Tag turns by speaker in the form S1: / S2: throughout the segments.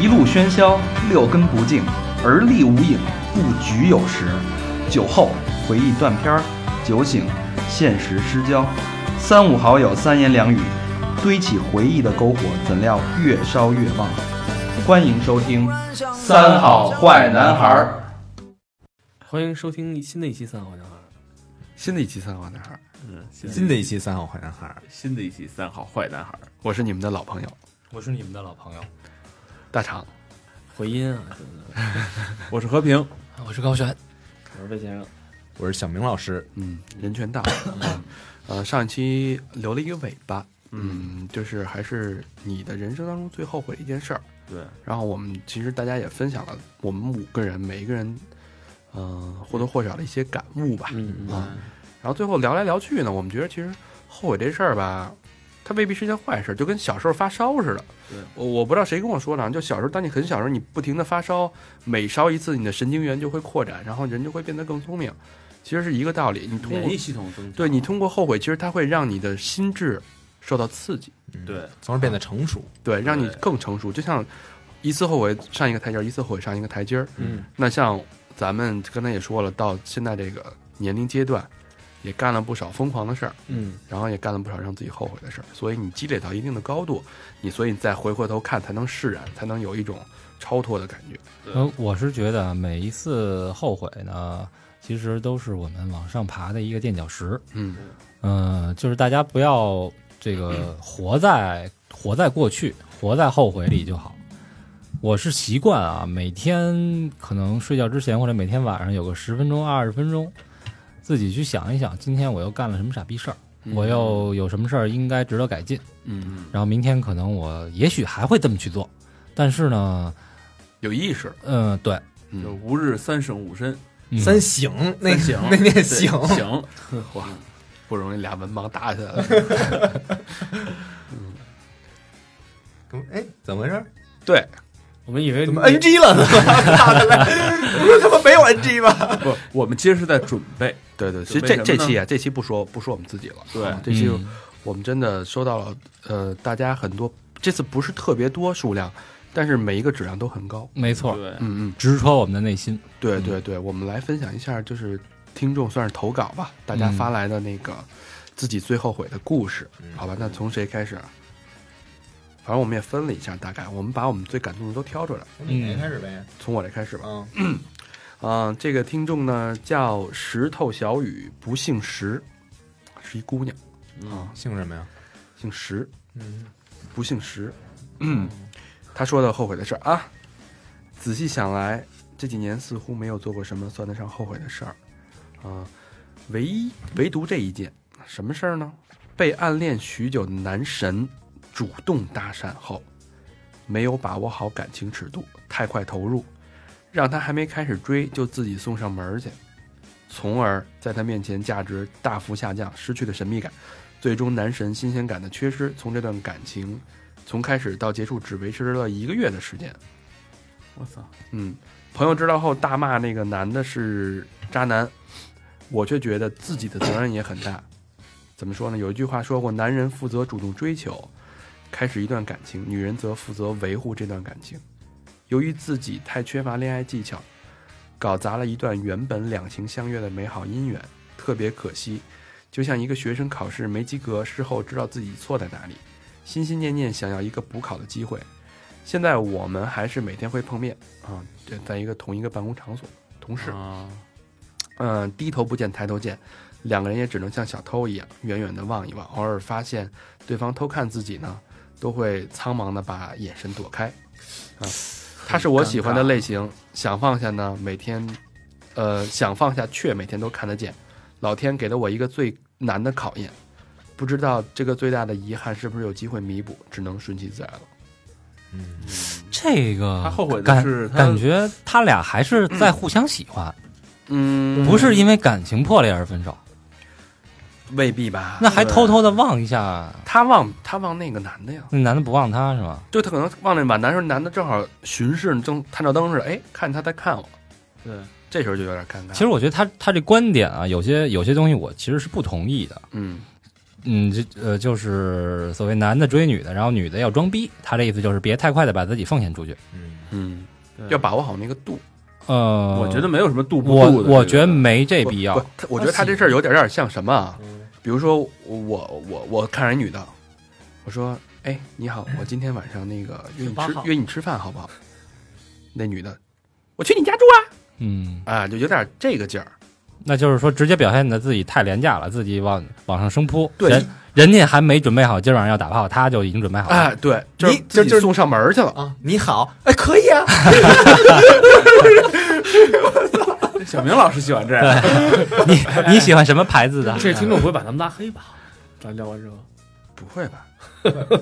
S1: 一路喧嚣，六根不净，而立无影，不局有时。酒后回忆断片儿，酒醒现实失焦。三五好友三言两语，堆起回忆的篝火，怎料越烧越旺。欢迎收听《三好坏男孩儿》。
S2: 欢迎收听新的一期《三好男孩》。
S3: 新的一期《三好男孩》，
S2: 嗯，
S4: 新的一期《三好坏男孩儿
S3: 新的一期《三好坏男孩》，我是你们的老朋友
S2: 我是你们的老朋友
S3: 大长，
S2: 回音啊什么的。
S3: 我是和平，
S2: 我是高璇，我是魏先生。》，
S4: 我是小明老师。
S3: 嗯，人权大法嗯呃，上一期留了一个尾巴，嗯，就是还是你的人生当中最后悔的一件事儿。
S5: 对，
S3: 然后我们其实大家也分享了我们五个人每一个人，嗯、或多或少的一些感悟吧。
S2: 嗯
S3: 啊，然后最后聊来聊去呢，我们觉得其实后悔这事儿吧，它未必是一件坏事，就跟小时候发烧似的
S5: 对。
S3: 我我不知道谁跟我说的，就小时候，当你很小的时候，你不停的发烧，每烧一次，你的神经元就会扩展，然后人就会变得更聪明，其实是一个道理。你通
S5: 免
S3: 过
S5: 疫系统增强，
S3: 嗯对你通过后悔，其实它会让你的心智受到刺激，
S4: 嗯
S5: 对，
S4: 从而变得成熟。
S3: 对，让你
S5: 对
S3: 更成熟。就像一次后悔上一个台阶儿，一次后悔上一个台阶儿，
S4: 嗯，
S3: 那像咱们刚才也说了，到现在这个年龄阶段，也干了不少疯狂的事儿，
S4: 嗯，
S3: 然后也干了不少让自己后悔的事儿，所以你积累到一定的高度，你所以你再回过头看，才能释然，才能有一种超脱的感觉。
S6: 呃，我是觉得啊每一次后悔呢，其实都是我们往上爬的一个垫脚石。
S3: 嗯
S6: 嗯、就是大家不要这个活在活在过去，活在后悔里就好。我是习惯啊，每天可能睡觉之前或者每天晚上有个十分钟、二十分钟，自己去想一想，今天我又干了什么傻逼事儿，我又有什么事儿应该值得改进。
S3: 嗯，
S6: 然后明天可能我也许还会这么去做，但是呢，
S3: 有意识，
S6: 嗯、对，
S5: 就吾日三省吾身，
S6: 嗯
S4: 三省那
S5: 三省
S4: 那念
S5: 对
S4: 省，
S5: 省，
S3: 不容易俩文盲打起来了。
S4: 哎，怎么回事？
S3: 对，
S2: 我们以为
S4: 怎么 NG 了？怎么打的来？不是他妈没有 NG 吧？
S5: 不，我们其实是在准备，
S3: 对对，其
S5: 就
S3: 实
S5: 为
S3: 这
S5: 什么
S3: 这
S5: 呢
S3: 期啊，这期不说不说我们自己了，
S5: 对
S3: 啊这期
S6: 嗯
S3: 我们真的收到了呃大家很多，这次不是特别多数量，但是每一个质量都很高。
S6: 没错，
S5: 对，
S3: 嗯嗯，
S6: 直戳我们的内心。
S3: 对
S6: 嗯
S3: 对对，我们来分享一下，就是听众算是投稿吧，大家
S6: 嗯
S3: 发来的那个自己最后悔的故事，
S4: 嗯
S3: 好吧？那从谁开始啊？反正我们也分了一下，大概我们把我们最感动的都挑出来，
S4: 你先开始呗。
S3: 从我这开始吧。
S4: 嗯，
S3: 啊、这个听众呢叫石头小雨，不姓石，是一姑娘，
S5: 嗯，
S4: 姓什么呀？
S3: 姓石，
S4: 嗯，
S3: 不姓石。嗯，他说的后悔的事儿啊，仔细想来，这几年似乎没有做过什么算得上后悔的事儿，啊、唯一唯独这一件，什么事儿呢？被暗恋许久的男神主动搭讪后，没有把握好感情尺度，太快投入，让他还没开始追就自己送上门儿去，从而在他面前价值大幅下降，失去了神秘感。最终男神新鲜感的缺失，从这段感情从开始到结束只维持了一个月的时间。
S5: 我操，
S3: 嗯，朋友知道后大骂那个男的是渣男，我却觉得自己的责任也很大。怎么说呢？有一句话说过，男人负责主动追求，开始一段感情；女人则负责维护这段感情。由于自己太缺乏恋爱技巧，搞砸了一段原本两情相悦的美好姻缘，特别可惜。就像一个学生考试没及格，事后知道自己错在哪里，心心念念想要一个补考的机会。现在我们还是每天会碰面啊，对在一个同一个办公场所，同事。
S5: 啊，
S3: 嗯、低头不见抬头见，两个人也只能像小偷一样远远的望一望，偶尔发现对方偷看自己呢，都会苍茫的把眼神躲开。啊，他是我喜欢的类型，想放下呢，每天，呃，想放下却每天都看得见。老天给了我一个最难的考验，不知道这个最大的遗憾是不是有机会弥补，只能顺其自然了。
S6: 这个
S5: 他后悔的
S6: 感
S5: 是他
S6: 感觉他俩还是在互相喜欢，
S3: 嗯
S6: 不是因为感情破裂而分手，
S3: 未必吧？
S5: 嗯
S6: 那还偷偷的望一下，
S3: 他忘他忘那个男的呀。
S6: 那男的不望他是吗？
S3: 就他可能忘了晚男时候，男的正好巡视，正探照灯似的，哎，看他在看我，
S5: 对，
S3: 这时候就有点尴尬。
S6: 啊其实我觉得他他这观点啊，有些有些东西我其实是不同意的。
S3: 嗯，
S6: 嗯，这呃，就是所谓男的追女的，然后女的要装逼，他这意思就是别太快的把自己奉献出去。
S3: 嗯，要把握好那个度。
S6: 呃，
S5: 我觉得没有什么度不
S6: 我
S5: 度的，
S6: 我觉得没这必要
S3: 不，。他我觉得他这事儿有点有点像什么啊？比如说我我我我看上一女的，我说哎你好，我今天晚上那个约你吃约你吃饭好不好？那女的，我去你家住
S6: 嗯，
S3: 啊，啊就有点这个劲儿。
S6: 那就是说直接表现的自己太廉价了，自己往往上升扑。
S3: 对
S6: 人人家还没准备好今晚上要打炮，他就已经准备好了。
S2: 啊
S3: 哎，对，就是
S4: 你
S3: 自己
S4: 就就是
S3: 送上门儿去了。
S4: 啊，你好，哎，可以啊，
S5: 小明老师喜欢这 样，
S6: 你 你喜欢什么牌子的？
S2: 这听众不会把咱们拉黑吧？咱聊完之后，
S3: 不会吧？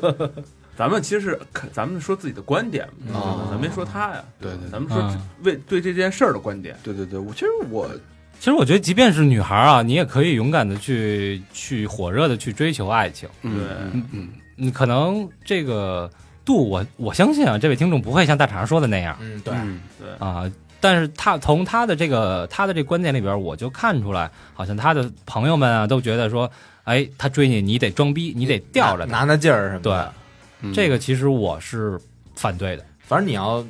S5: 咱们其实是看咱们说自己的观点嘛，
S4: 哦
S5: 咱没说他呀，
S3: 对对对
S5: 咱们说
S6: 嗯
S5: 为对这件事儿的观点，
S3: 对对对，我其实我
S6: 其实我觉得，即便是女孩啊，你也可以勇敢的去去火热的去追求爱情。
S3: 对
S5: 对
S3: 嗯
S6: 你可能这个度我，我相信啊，这位听众不会像大肠说的那样
S4: 嗯，对，
S3: 嗯
S5: 对，
S6: 啊。但是他从他的这个他的这观点里边，我就看出来，好像他的朋友们啊都觉得说，哎，他追你，你得装逼，你得吊着他。
S4: 拿拿劲儿什么
S6: 对
S4: 的。，
S3: 嗯
S6: 这个其实我是反对的。
S4: 反正你要，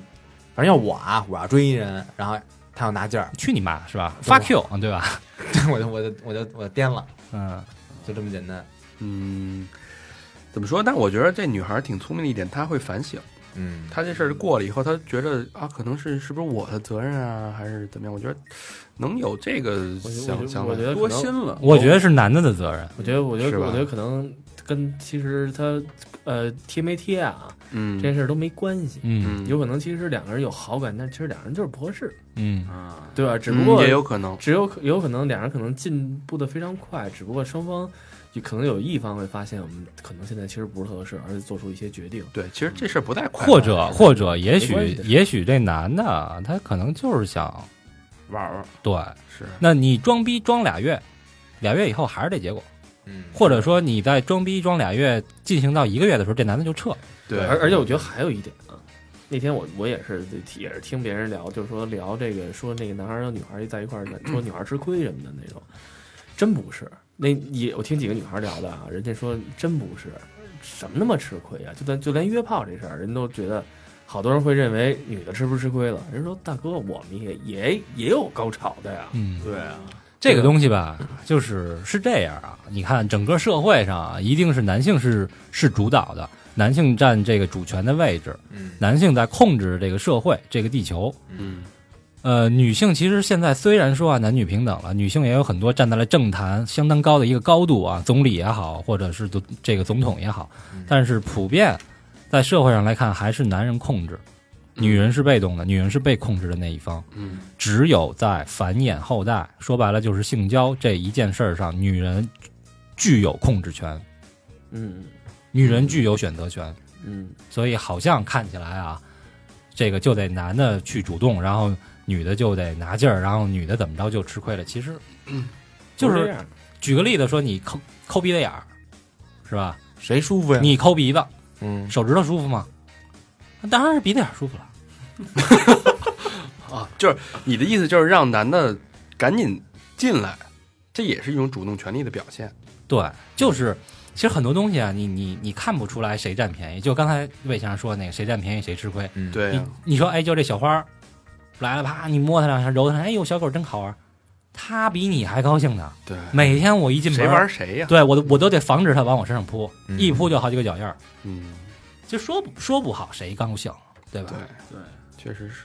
S4: 反正要我啊，我要追一人，然后他要拿劲儿，
S6: 去你妈是吧
S4: 对
S6: ？fuck you，嗯对吧？
S4: 我就我就我就我就颠了，
S6: 嗯，
S4: 就这么简单。
S3: 嗯，怎么说？但我觉得这女孩儿挺聪明的一点，她会反省。
S4: 嗯，
S3: 她这事儿过了以后，她觉得啊，可能是是不是我的责任啊，还是怎么样？我觉得能有这个
S2: 我觉
S3: 想
S2: 我觉
S3: 想
S2: 我
S3: 法
S2: 觉，得
S5: 多
S2: 可能
S5: 心了，
S6: 我觉得是男的的责任。
S2: 我觉得，我觉
S3: 是
S2: 得，
S3: 吧
S2: 我觉得可能跟其实他呃贴没贴啊这
S3: 嗯
S2: 件事儿都没关系，
S6: 嗯
S3: 嗯，
S2: 有可能其实两个人有好感，但其实两人就是不合适，
S6: 嗯
S5: 啊，
S2: 对吧？只不
S3: 嗯
S2: 过
S3: 也有可能，
S2: 只有可有可能两人可能进步的非常快，只不过双方就可能有一方会发现我们可能现在其实不是合适，而且做出一些决定。
S3: 对，其实这事儿不太
S2: 嗯
S3: 快乐，
S6: 或者或者，也
S2: 没关
S6: 许
S2: 系的
S6: 也许这男的他可能就是想
S5: 玩
S2: 嗯
S5: 玩，
S6: 对，
S3: 是
S6: 那你装逼装俩月，俩月以后还是这结果，
S4: 嗯，
S6: 或者说你在装逼装俩月进行到一个月的时候，这男的就撤，
S3: 对，
S2: 而
S5: 嗯
S2: 而且我觉得还有一点啊，那天我我也是也是听别人聊，就是说聊这个说那个男孩儿和女孩儿在一块儿，
S5: 嗯
S2: 说女孩儿吃亏什么的那种，真不是。那也我听几个女孩儿聊的啊，人家说真不是，什么那么吃亏啊？就连就连约炮这事儿，人都觉得。好多人会认为女的吃不吃亏了，人说大哥，我们也也也有高潮的呀，
S6: 嗯，
S5: 对啊，
S6: 这个东西吧，就是是这样啊，你看整个社会上啊，一定是男性是是主导的，男性占这个主权的位置，
S4: 嗯
S6: 男性在控制这个社会这个地球，
S3: 嗯
S6: 呃，女性其实现在虽然说啊男女平等了，女性也有很多站在了政坛相当高的一个高度啊，总理也好，或者是总这个总统也好
S4: 嗯，
S6: 但是普遍在社会上来看，还是男人控制，女人是被动的，女人是被控制的那一方。
S3: 嗯
S6: 只有在繁衍后代，说白了就是性交这一件事儿上，女人具有控制权，
S2: 嗯
S6: 女人具有选择权。
S2: 嗯，
S6: 所以好像看起来啊，这个就得男的去主动，然后女的就得拿劲儿，然后女的怎么着就吃亏了。其实，就
S2: 嗯都这
S6: 是
S2: 样，
S6: 举个例子说，你抠抠鼻子眼儿，是吧？
S4: 谁舒服呀？
S6: 你抠鼻子，
S4: 嗯，
S6: 手指头舒服吗？当然是鼻子眼儿舒服了。
S3: 啊，就是你的意思就是让男的赶紧进来，这也是一种主动权利的表现。
S6: 对，就是其实很多东西啊，你你你看不出来谁占便宜。就刚才魏先生说的那个，谁占便宜谁吃亏。
S4: 嗯，
S3: 对啊
S6: 你
S3: 呀，
S6: 你说，哎，就这小花儿来了，啪，你摸它两下，揉它两下，哎呦，小狗真好玩儿，它比你还高兴呢。
S3: 对，啊
S6: 每天我一进门，
S3: 谁玩谁呀？
S6: 对我都我都得防止他往我身上扑，
S4: 嗯
S6: 一扑就好几个脚印儿，
S3: 嗯，
S6: 就说不说不好谁高兴，对吧？
S3: 对
S5: 对，
S3: 确实是。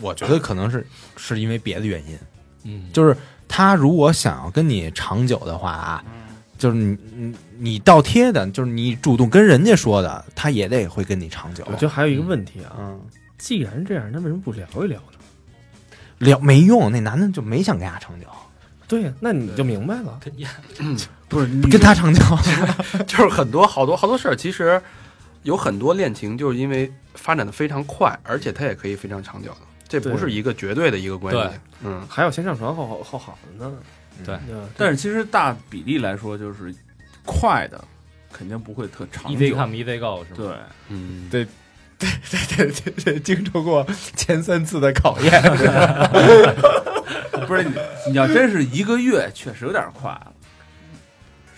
S4: 我觉得可能是是因为别的原因，
S6: 嗯，
S4: 就是他如果想要跟你长久的话啊，就是你你你倒贴的，就是你主动跟人家说的，他也得会跟你长久
S2: 我。觉得还有一个问题啊，
S4: 嗯，
S2: 既然这样，那为什么不聊一聊呢？
S4: 聊没用，那男的就没想跟他长久，
S2: 对呀、那你就明白了。
S5: 不是
S4: 跟他长久。
S3: 就是很多好多好多事儿，其实有很多恋情就是因为发展的非常快，而且它也可以非常长久的，这不
S2: 对
S3: 是一个绝对的一个关系。嗯，
S2: 还有先上床后好后好的呢。
S6: 对
S2: 对吧，
S5: 但是其实大比例来说，就是快的肯定不会特长
S6: e
S5: 久
S6: v，come easy go 是吗？
S5: 对，
S3: 嗯，
S4: 对 对对对，经受过前三次的考验，
S5: 不是你你要真是一个月，确实有点快了，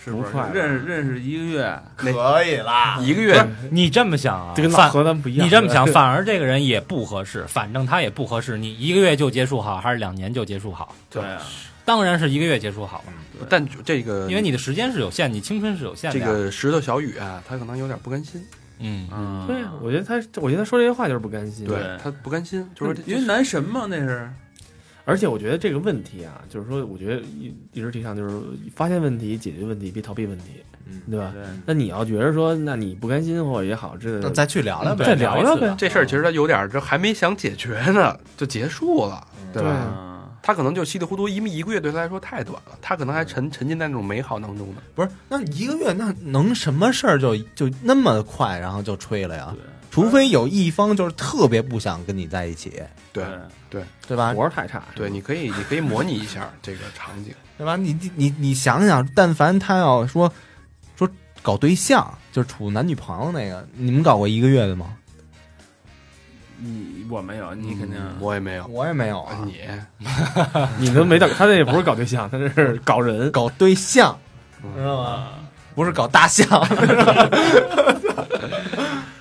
S5: 是不
S2: 不
S5: 是
S2: 快？了
S5: 认识认识一个月，
S7: 可以
S5: 啊
S7: 啦，
S3: 一个月
S6: 你这么想啊，
S2: 这跟老
S6: 反
S2: 河南不一样。
S6: 你这么想，反而这个人也不合适，反正他也不合适。你一个月就结束好，还是两年就结束好？
S5: 对啊，
S6: 当然是一个月结束好了，
S3: 但这个
S6: 因为你的时间是有限，你青春是有限
S3: 嗯
S6: 的
S3: 这
S6: 呀。
S3: 个石头小雨啊，他可能有点不甘心，
S6: 嗯，
S5: 嗯，
S2: 对，我觉得他，我觉得他说这些话就是不甘心。
S5: 对
S3: 他不甘心，
S5: 就
S3: 就
S5: 是是
S3: 说这
S5: 因为男神嘛，那是
S2: 而且我觉得这个问题啊，就是说，我觉得一一直提倡就是发现问题、解决问题，别逃避问题，
S4: 嗯
S2: 对吧？
S5: 对，
S2: 那你要觉得说，那你不甘心或者也好，这
S4: 那再去聊聊呗。
S2: 再聊聊呗
S6: 一次吧
S3: 这事儿其实他有点儿这还没想解决呢，就结束了，对吧？
S2: 对啊
S5: 嗯，
S3: 他可能就稀里糊涂，因为一个月对他来说太短了，他可能还沉沉浸在那种美好当中呢。
S4: 不是，那一个月那能什么事儿就就那么快，然后就吹了呀
S5: 对？
S4: 除非有一方就是特别不想跟你在一起，
S3: 对
S4: 啊对吧？
S2: 活儿太差。
S3: 对，你可以你可以模拟一下这个场景，
S4: 对吧？你你你你想想，但凡他要说说搞对象，就是处男女朋友那个，你们搞过一个月的吗？
S5: 你我没有，你肯定
S3: 嗯我也没有，
S4: 我也没有
S3: 啊
S4: 啊，
S3: 你
S2: 你都没到，他那也不是搞对象，他这是搞 人。
S4: 搞对象，
S3: 嗯
S4: 知道吗？不是搞大 象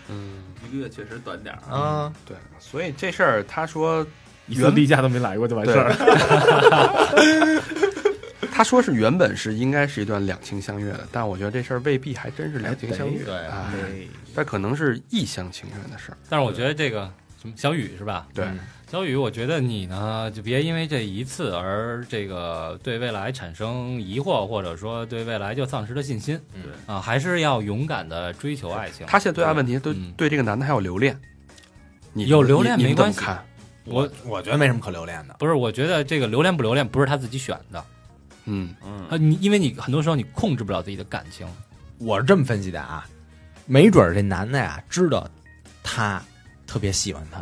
S3: 嗯
S5: 一个月确实短点儿，
S4: 啊，
S3: 对，所以这事儿他说
S2: 一次例假都没来过就完事儿了。
S3: 他说是原本是应该是一段两情相悦的，但我觉得这事儿未必还真是两情相悦，
S4: 对
S3: 啊，但可能是一厢情愿的事儿。
S6: 但是我觉得这个什么小雨是吧？
S3: 对，
S6: 小雨，我觉得你呢，就别因为这一次而这个对未来产生疑惑，或者说对未来就丧失了信心。
S4: 嗯对
S6: 啊，还是要勇敢的追求爱情。
S3: 他现在最大问题都
S6: 嗯
S3: 对这个男的还有留恋，你
S6: 有留恋
S3: 你
S6: 没
S3: 你怎么
S6: 关系
S3: 看？
S6: 我
S4: 我觉得没什么可留恋的。
S6: 不是，我觉得这个留恋不留恋不是他自己选的，
S3: 嗯，
S5: 嗯
S6: 啊，你因为你很多时候你控制不了自己的感情。
S4: 我是这么分析的啊，没准儿这男的呀知道他特别喜欢她，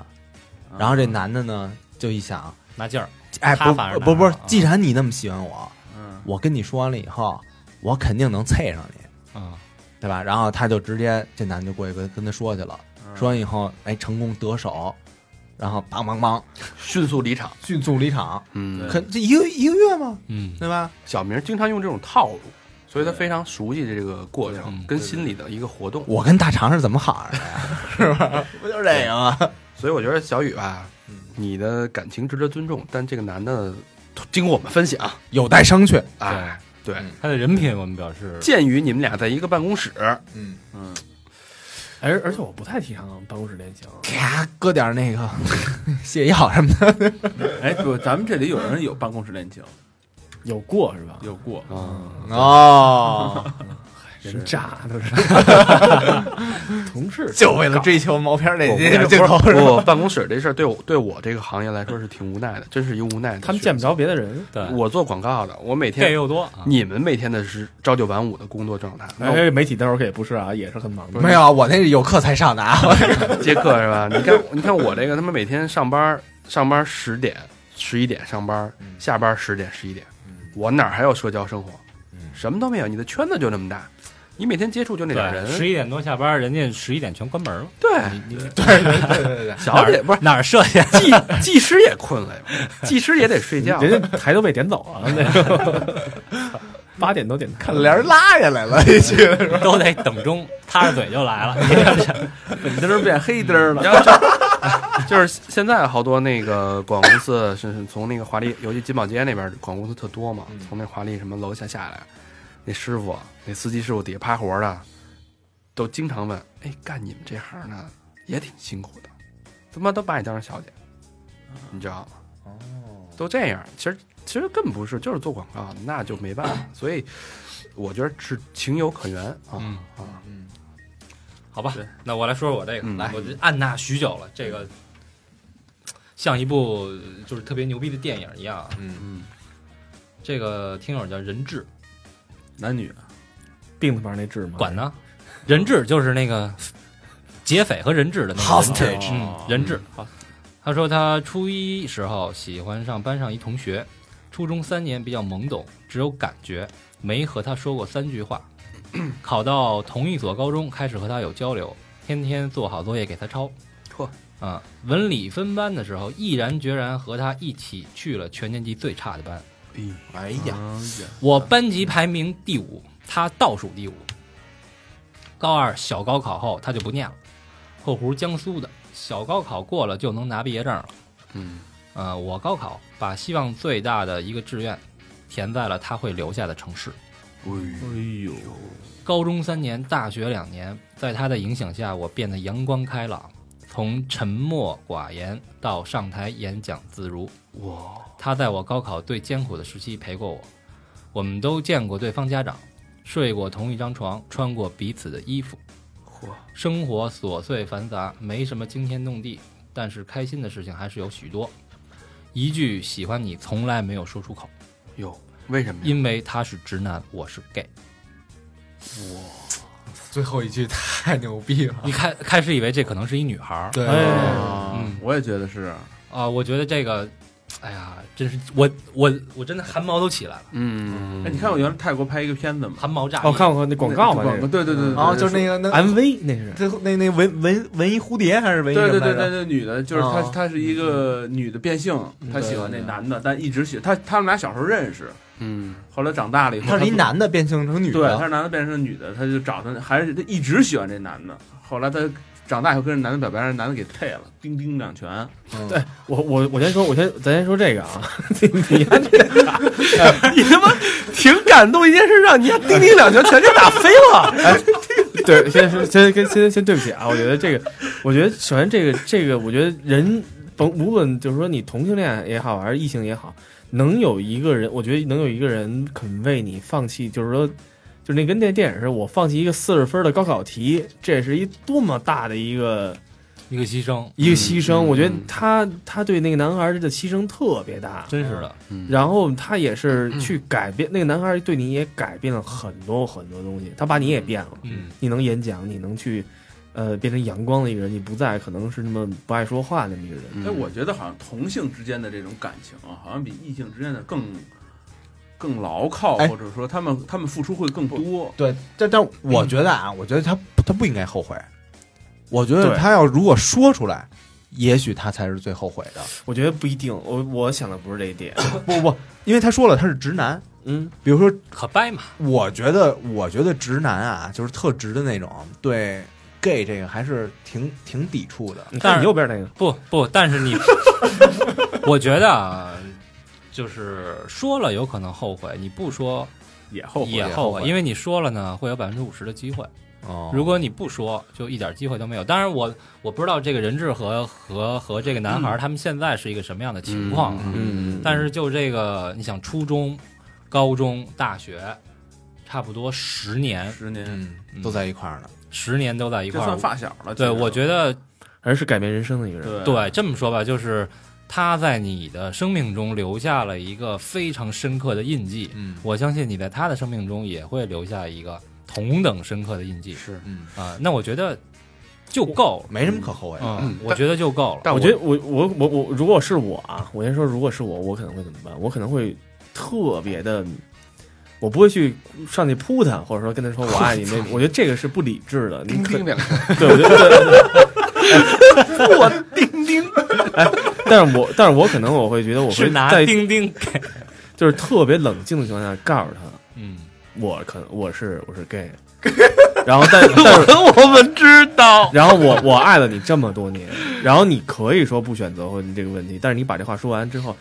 S5: 嗯
S4: 然后这男的呢就一想，
S6: 拿 劲儿，
S4: 哎，
S6: 他
S4: 不
S6: 反而拿
S4: 不不是
S6: 了啊，
S4: 既然你那么喜欢我，
S5: 嗯
S4: 我跟你说完了以后，我肯定能配上你，
S6: 嗯，
S4: 对吧？然后他就直接这男的就过去跟跟他说去了，说完以后，哎，成功得手，然后梆梆梆，
S3: 迅速离场。
S4: 迅速离场，
S3: 嗯，
S4: 可这一个一个月吗？
S6: 嗯，
S4: 对吧？
S3: 小明经常用这种套路，所以他非常熟悉这个过程
S6: 嗯
S3: 跟心理的一个活动。
S4: 我跟大肠是怎么好上的 呀？是吧？不就是这个吗？
S3: 所以我觉得小雨吧，你的感情值得尊重，但这个男的经过我们分析啊，
S4: 有待商榷。
S3: 哎，对，
S4: 嗯
S6: 他的人品我们表示
S3: 鉴于你们俩在一个办公室，
S4: 嗯，
S5: 嗯，
S2: 哎而而且我不太提倡办公室恋情，
S4: 咔，搁点那 个泻药什么的。
S5: 哎，不，咱们这里有人有办公室恋情，
S2: 有过是吧？
S5: 有过，
S3: 啊
S4: 哦，
S2: 人渣都是同事，
S4: 就为了追求毛片儿那
S3: 我
S4: 那镜头
S3: 不
S4: 是 吧？
S3: 不，办公室这事儿对我对我这个行业来说是挺无奈的，真是一无奈的。
S2: 他们见不着别的人。
S6: 对
S3: 我做广告的，我每
S6: gay
S3: 天
S6: 又多，啊
S3: 你们每天的是朝九晚五的工作状态，那我
S2: 哎，媒体待会儿可也不是啊，也是很忙的。
S4: 没有，我那是有课才上的啊。
S3: 接客是 吧？你看，你看我这个，他妈每天上班，上班十点、十一点上班，
S6: 嗯
S3: 下班十点、十一点，我哪儿还有社交生活？
S6: 嗯
S3: 什么都没有，你的圈子就那么大，你每天接触就那点
S6: 对，十
S3: 人。
S6: 一点多下班，人家十一点全关门了。
S3: 对，
S6: 你你哦
S3: 小 姐不是
S6: 哪儿设计？
S3: 技技师也困了呀，技师也得睡觉。
S2: 人家台都被点走了，那个 八点都点台
S4: 看帘儿拉下来了，一句
S6: 都得等钟，塌着嘴就来了。
S5: 粉灯儿变黑灯儿了，
S3: 然后就就是现在好多那个广告公司是是从那个华丽，尤其金宝街那边广告公司特多嘛，从那华丽什么楼下下来，那师傅那司机师傅底下趴活的，都经常问，哎，干你们这行的也挺辛苦的，他妈都把你当成小姐，你知道吗？哦，都这样，其实其实根本不是，就是做广告，那就没办法，所以我觉得是情有可原啊
S6: 嗯
S3: 啊，
S6: 好吧， 那我来说说我这个，
S3: 嗯来
S6: 我就按捺许久了，这个像一部就是特别牛逼的电影一样啊。
S4: 嗯
S6: 嗯，这个听友叫任志，
S5: 男女
S2: 病他妈那治吗？
S6: 管呢？人质就是那个劫匪和人质的那个人质
S4: Hostage
S6: 嗯，人质。他说他初一时候喜欢上班上一同学，初中三年比较懵懂，只有感觉，没和他说过三句 话。考到同一所高中，开始和他有交流，天天做好作业给他抄。
S3: 嚯
S6: 啊！文理分班的时候，毅然决然和他一起去了全年级最差的班。
S4: 哎呀，
S6: 我班级排名第五，他倒数第五。高二小高考后他就不念了，括弧江苏的小高考过了就能拿毕业证了。
S3: 嗯，
S6: 呃，我高考把希望最大的一个志愿填在了他会留下的城市。
S5: 哎呦，
S6: 高中三年，大学两年，在他的影响下，我变得阳光开朗，从沉默寡言到上台演讲自如。
S3: 哇，
S6: 他在我高考最艰苦的时期陪过我，我们都见过对方家长，睡过同一张床，穿过彼此的衣服。
S3: 嚯，
S6: 生活琐碎繁杂，没什么惊天动地，但是开心的事情还是有许多。一句喜欢你从来没有说出口，
S3: 哟，为什么呀？
S6: 因为他是直男，我是 gay。
S4: 最后一句太牛逼了，
S6: 你开开始以为这可能是一女孩儿，
S4: 对，
S2: 哎，
S5: 啊
S6: 嗯，
S5: 我也觉得是，
S6: 啊、我觉得这个，哎呀，真是我我我真的汗毛都起来了，
S5: 嗯，哎，你看我原来泰国拍一个片子嘛，
S6: 汗毛炸
S4: 哦
S6: 裂。
S2: 我哦看过那广告吧，那
S5: 广告，
S2: 是
S5: 对对对，
S4: 然后哦就是是那个那
S2: MV 那是
S4: 最后那那文文文艺蝴蝶还是文艺
S5: 对
S4: 什么
S5: 对
S4: 来
S5: 对
S4: 着
S5: 对，？那女
S6: 哦
S5: 的就是她
S4: 啊，
S5: 她是一个女的变性，她喜欢那
S6: 嗯
S5: 男的，但一直喜她，他们俩小时候认识，
S3: 嗯，
S5: 后来长大了以后，
S4: 他是一
S5: 她
S4: 男的变性成女
S5: 对，她
S4: 的，
S5: 是男的变成女的，她就找他，还是她一直喜欢这男的，后来她长大以后跟这男的表白，让男的给退了，叮叮两拳，
S2: 我我我先说，我先咱先说这 个啊，你你看这个
S3: 你他妈挺感动一件事，让你叮叮两拳全给打飞了。
S2: 哎对，先说先跟先先对不起啊，我觉得这个，我觉得首先这个这个，我觉得人甭无论就是说你同性恋也好，还是异性也好，能有一个人，我觉得能有一个人肯为你放弃，就是说。就是那跟那电影似的，我放弃一个四十分的高考题，这是一多么大的一个
S6: 一个牺牲，
S2: 一个牺牲。我觉得他他对那个男孩的牺牲特别大，
S6: 真是的，
S2: 然后他也是去改变、那个男孩，对你也改变了很多很多东西，他把你也变了。
S6: 嗯，
S2: 你能演讲，你能去，呃，变成阳光的一个人，你不再可能是那么不爱说话那么一个人。
S6: 嗯
S5: 哎，我觉得好像同性之间的这种感情啊，好像比异性之间的更更牢靠，
S4: 哎
S5: 或者说他们他们付出会更多，
S4: 对，但但我觉得啊，我觉得他他不应该后悔，我觉得
S2: 对
S4: 他要如果说出来，也许他才是最后悔的。
S2: 我觉得不一定，我我想的不是这一点。
S4: 不不，因为他说了他是直男，
S2: 嗯，
S4: 比如说
S6: 可掰嘛，
S4: 我觉得，我觉得直男啊，就是特直的那种，对 gay 这个还是挺挺抵触的。
S2: 你看
S6: 但
S2: 你
S6: 是
S2: 右边那个，
S6: 不不，但是你， 我觉得啊，就是说了有可能后悔，你不说
S5: 也后悔。
S6: 也后悔，因为你说了呢，会有百分之五十的机会。
S4: 哦
S6: 如果你不说，就一点机会都没有。当然我，我不知道这个人质和和和这个男孩儿他们现在是一个什么样的情况啊，
S2: 嗯
S6: 但是就这个，你想初中、高中、大学，差不多十年，
S5: 十年，
S4: 嗯
S6: 嗯
S4: 都在一块儿呢，
S6: 十年都在一
S5: 这
S6: 块儿
S5: 算。发小了。嗯
S6: 对，
S5: 其实
S6: 我觉得
S2: 还是改变人生的一个人。
S5: 对
S6: 对这么说吧，就是他在你的生命中留下了一个非常深刻的印记。
S4: 嗯
S6: 我相信你在他的生命中也会留下一个同等深刻的印记
S5: 是，
S4: 嗯，
S6: 啊、那我觉得就够了，
S4: 没什么可后悔的。
S6: 嗯，我觉得就够了。
S3: 但
S2: 我觉得我我我我，如果是我啊，我先说，如果是我，我可能会怎么办？我可能会特别的，我不会去上去扑他，或者说跟他说我 爱你那。我觉得这个是不理智的。你
S3: 叮
S2: 可
S3: 叮两拳，
S2: 对，我觉得
S3: 我叮叮。
S2: 哎但是我但是我可能我会觉得我
S6: 是
S2: 会
S6: 拿
S2: 在
S6: 钉钉给，
S2: 就是特别冷静的情况下告诉他，
S6: 嗯，
S2: 我可我是我是 gay，然后但但是
S3: 我们知道，
S2: 然后我我爱了你这么多年，然后你可以说不选择婚这个问题，但是你把这话说完之后，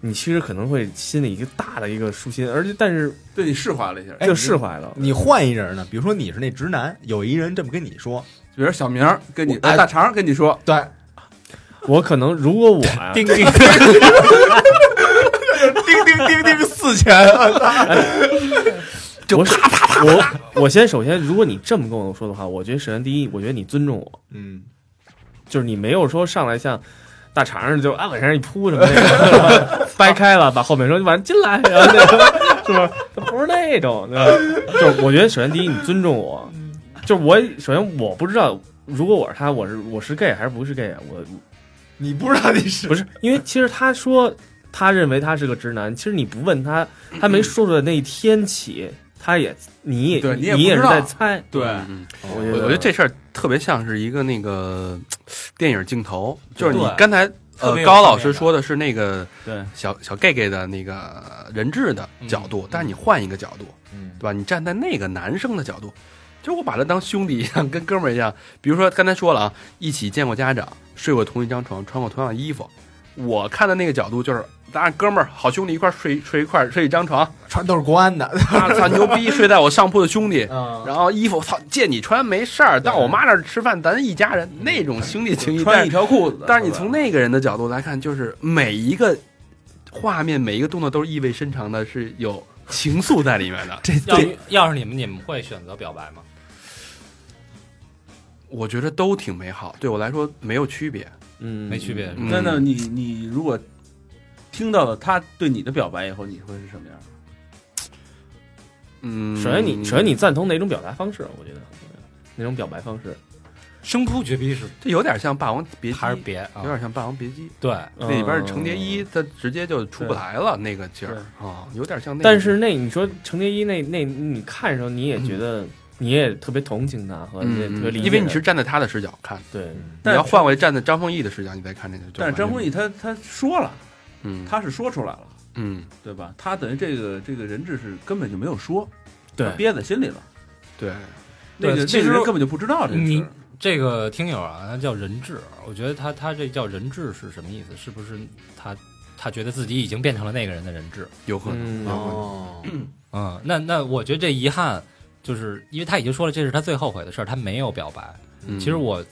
S2: 你其实可能会心里一个大的一个舒心，而且但是
S5: 对你释怀了一下，
S2: 就释怀了。
S4: 你换一人呢？比如说你是那直男，有一人这么跟你说，
S5: 比如小明儿跟你，
S4: 我
S5: 哎，大肠儿跟你说，
S4: 对，
S2: 我可能如果我呀、
S6: 钉钉。
S4: 叮叮叮叮四啊拳，
S2: 我是我我先首先，如果你这么跟我说的话，我觉得首先第一，我觉得你尊重我，
S4: 嗯，
S2: 就是你没有说上来像大肠儿就啊往身上一扑什么的，掰开了把后面说你往上进来，然后那个是吧？不是那种，对吧就是我觉得首先第一你尊重我，就是我首先我不知道如果我是他，我是我是 gay 还是不是 gay，啊我
S4: 你不知道你是
S2: 不是因为其实他说他认为他是个直男，其实你不问他，他没说出来那一天起。他也，你也，
S5: 对
S2: 你
S5: 你也不
S2: 是
S5: 知道
S2: 在猜，
S5: 对，
S6: 嗯
S2: 我
S3: 我
S2: 觉
S3: 我觉得这事儿特别像是一个那个电影镜头，就是你
S6: 对
S3: 刚才呃
S5: 特别，有
S3: 高
S5: 画
S3: 老
S5: 面
S3: 师
S5: 感
S3: 说的是那个
S5: 对嗯
S3: 小小 gay gay 的那个人质的角度，但是你换一个角度，
S4: 嗯
S3: 对吧？你站在那个男生的角度，就是我把他当兄弟一样，跟哥们儿一样。比如说刚才说了啊，一起见过家长，睡过同一张床，穿过同样的衣服。我看的那个角度就是，当然哥们儿好兄弟一块儿睡睡一块儿睡一张床，
S4: 穿都是国安的，
S3: 啊操牛逼，睡在我上铺的兄弟。
S6: 啊
S4: 嗯，
S3: 然后衣服操借你穿没事儿，到我妈那儿吃饭，咱一家人那种兄弟情谊。但
S5: 穿
S3: 是
S5: 一条裤子，
S3: 但是你
S5: 吧
S3: 从那个人的角度来看，就是每一个画面、每一个动作都是意味深长的，是有情愫在里面的。
S4: 这
S6: 要
S4: 对
S6: 要是你们，你们会选择表白吗？
S3: 我觉得都挺美好，对我来说没有区别。
S2: 嗯，
S6: 没区别是吧
S3: 嗯
S5: 那那你你如果听到了他对你的表白以后，你会是什么样？
S3: 嗯，
S2: 首先你首先你赞同哪种表达方式？我觉得哪种表白方式，
S6: 生扑绝逼是
S3: 这有点像《霸王别姬》，
S6: 还是别啊
S3: 有？点像《霸王别姬》
S6: 对，
S3: 那
S2: 嗯
S3: 里边儿程蝶衣，他直接就出不来了那个劲儿
S5: 对
S3: 啊，有点像那个。
S2: 但是那你说程蝶衣那那你看的时候，你也觉得你也特别同情他和你也特别理
S3: 嗯，
S2: 解他，
S3: 因为你是站在他的视角看，
S2: 对
S3: 你
S5: 但
S3: 要
S5: 是
S3: 换回站在张丰毅的视角，你再看这个就完全不一
S5: 但
S3: 样。
S5: 是张丰毅他他说了，
S3: 嗯，
S5: 他是说出来了，
S3: 嗯，
S5: 对吧？他等于这个这个人质是根本就没有说，
S2: 对
S5: 他憋在心里了。
S3: 对，
S5: 那
S6: 对
S5: 个
S6: 其
S5: 那个
S6: 实
S5: 人根本就不知道这个事
S6: 你
S5: 儿。
S6: 这个听友啊，他叫人质，我觉得他他这叫人质是什么意思？是不是他他觉得自己已经变成了那个人的人质？
S3: 有可能。
S2: 嗯
S4: 哦，
S6: 嗯，那那我觉得这遗憾，就是因为他已经说了这是他最后悔的事儿，他没有表白。
S3: 嗯
S6: 其实我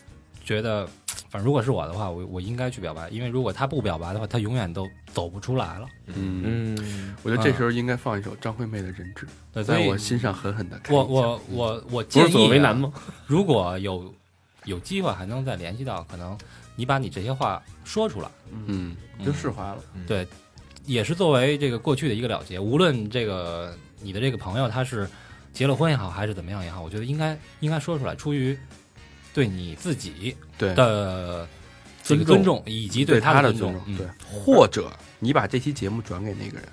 S6: 觉得，反正如果是我的话，我我应该去表白，因为如果他不表白的话，他永远都走不出来了。
S3: 嗯，
S2: 嗯，
S3: 我觉得这时候应该放一首张惠妹的《人质
S6: 对，》，所
S3: 在
S6: 以
S3: 我心上狠狠的。
S6: 我我我
S2: 不
S6: 我建
S2: 是左右为
S6: 议
S2: 难
S6: 啊，
S2: 吗？
S6: 如果有有机会还能再联系到，可能你把你这些话说出来，
S3: 嗯，
S6: 嗯
S5: 就释怀了，
S6: 对，也是作为这个过去的一个了结。无论这个你的这个朋友他是结了婚也好，还是怎么样也好，我觉得应该应该说出来，出于对你自己
S3: 对，
S6: 的这
S2: 尊
S6: 个
S2: 重
S6: 尊重，以及
S3: 对
S6: 他
S3: 的尊
S6: 尊重。嗯
S3: 对，，或者你把这期节目转给那个人，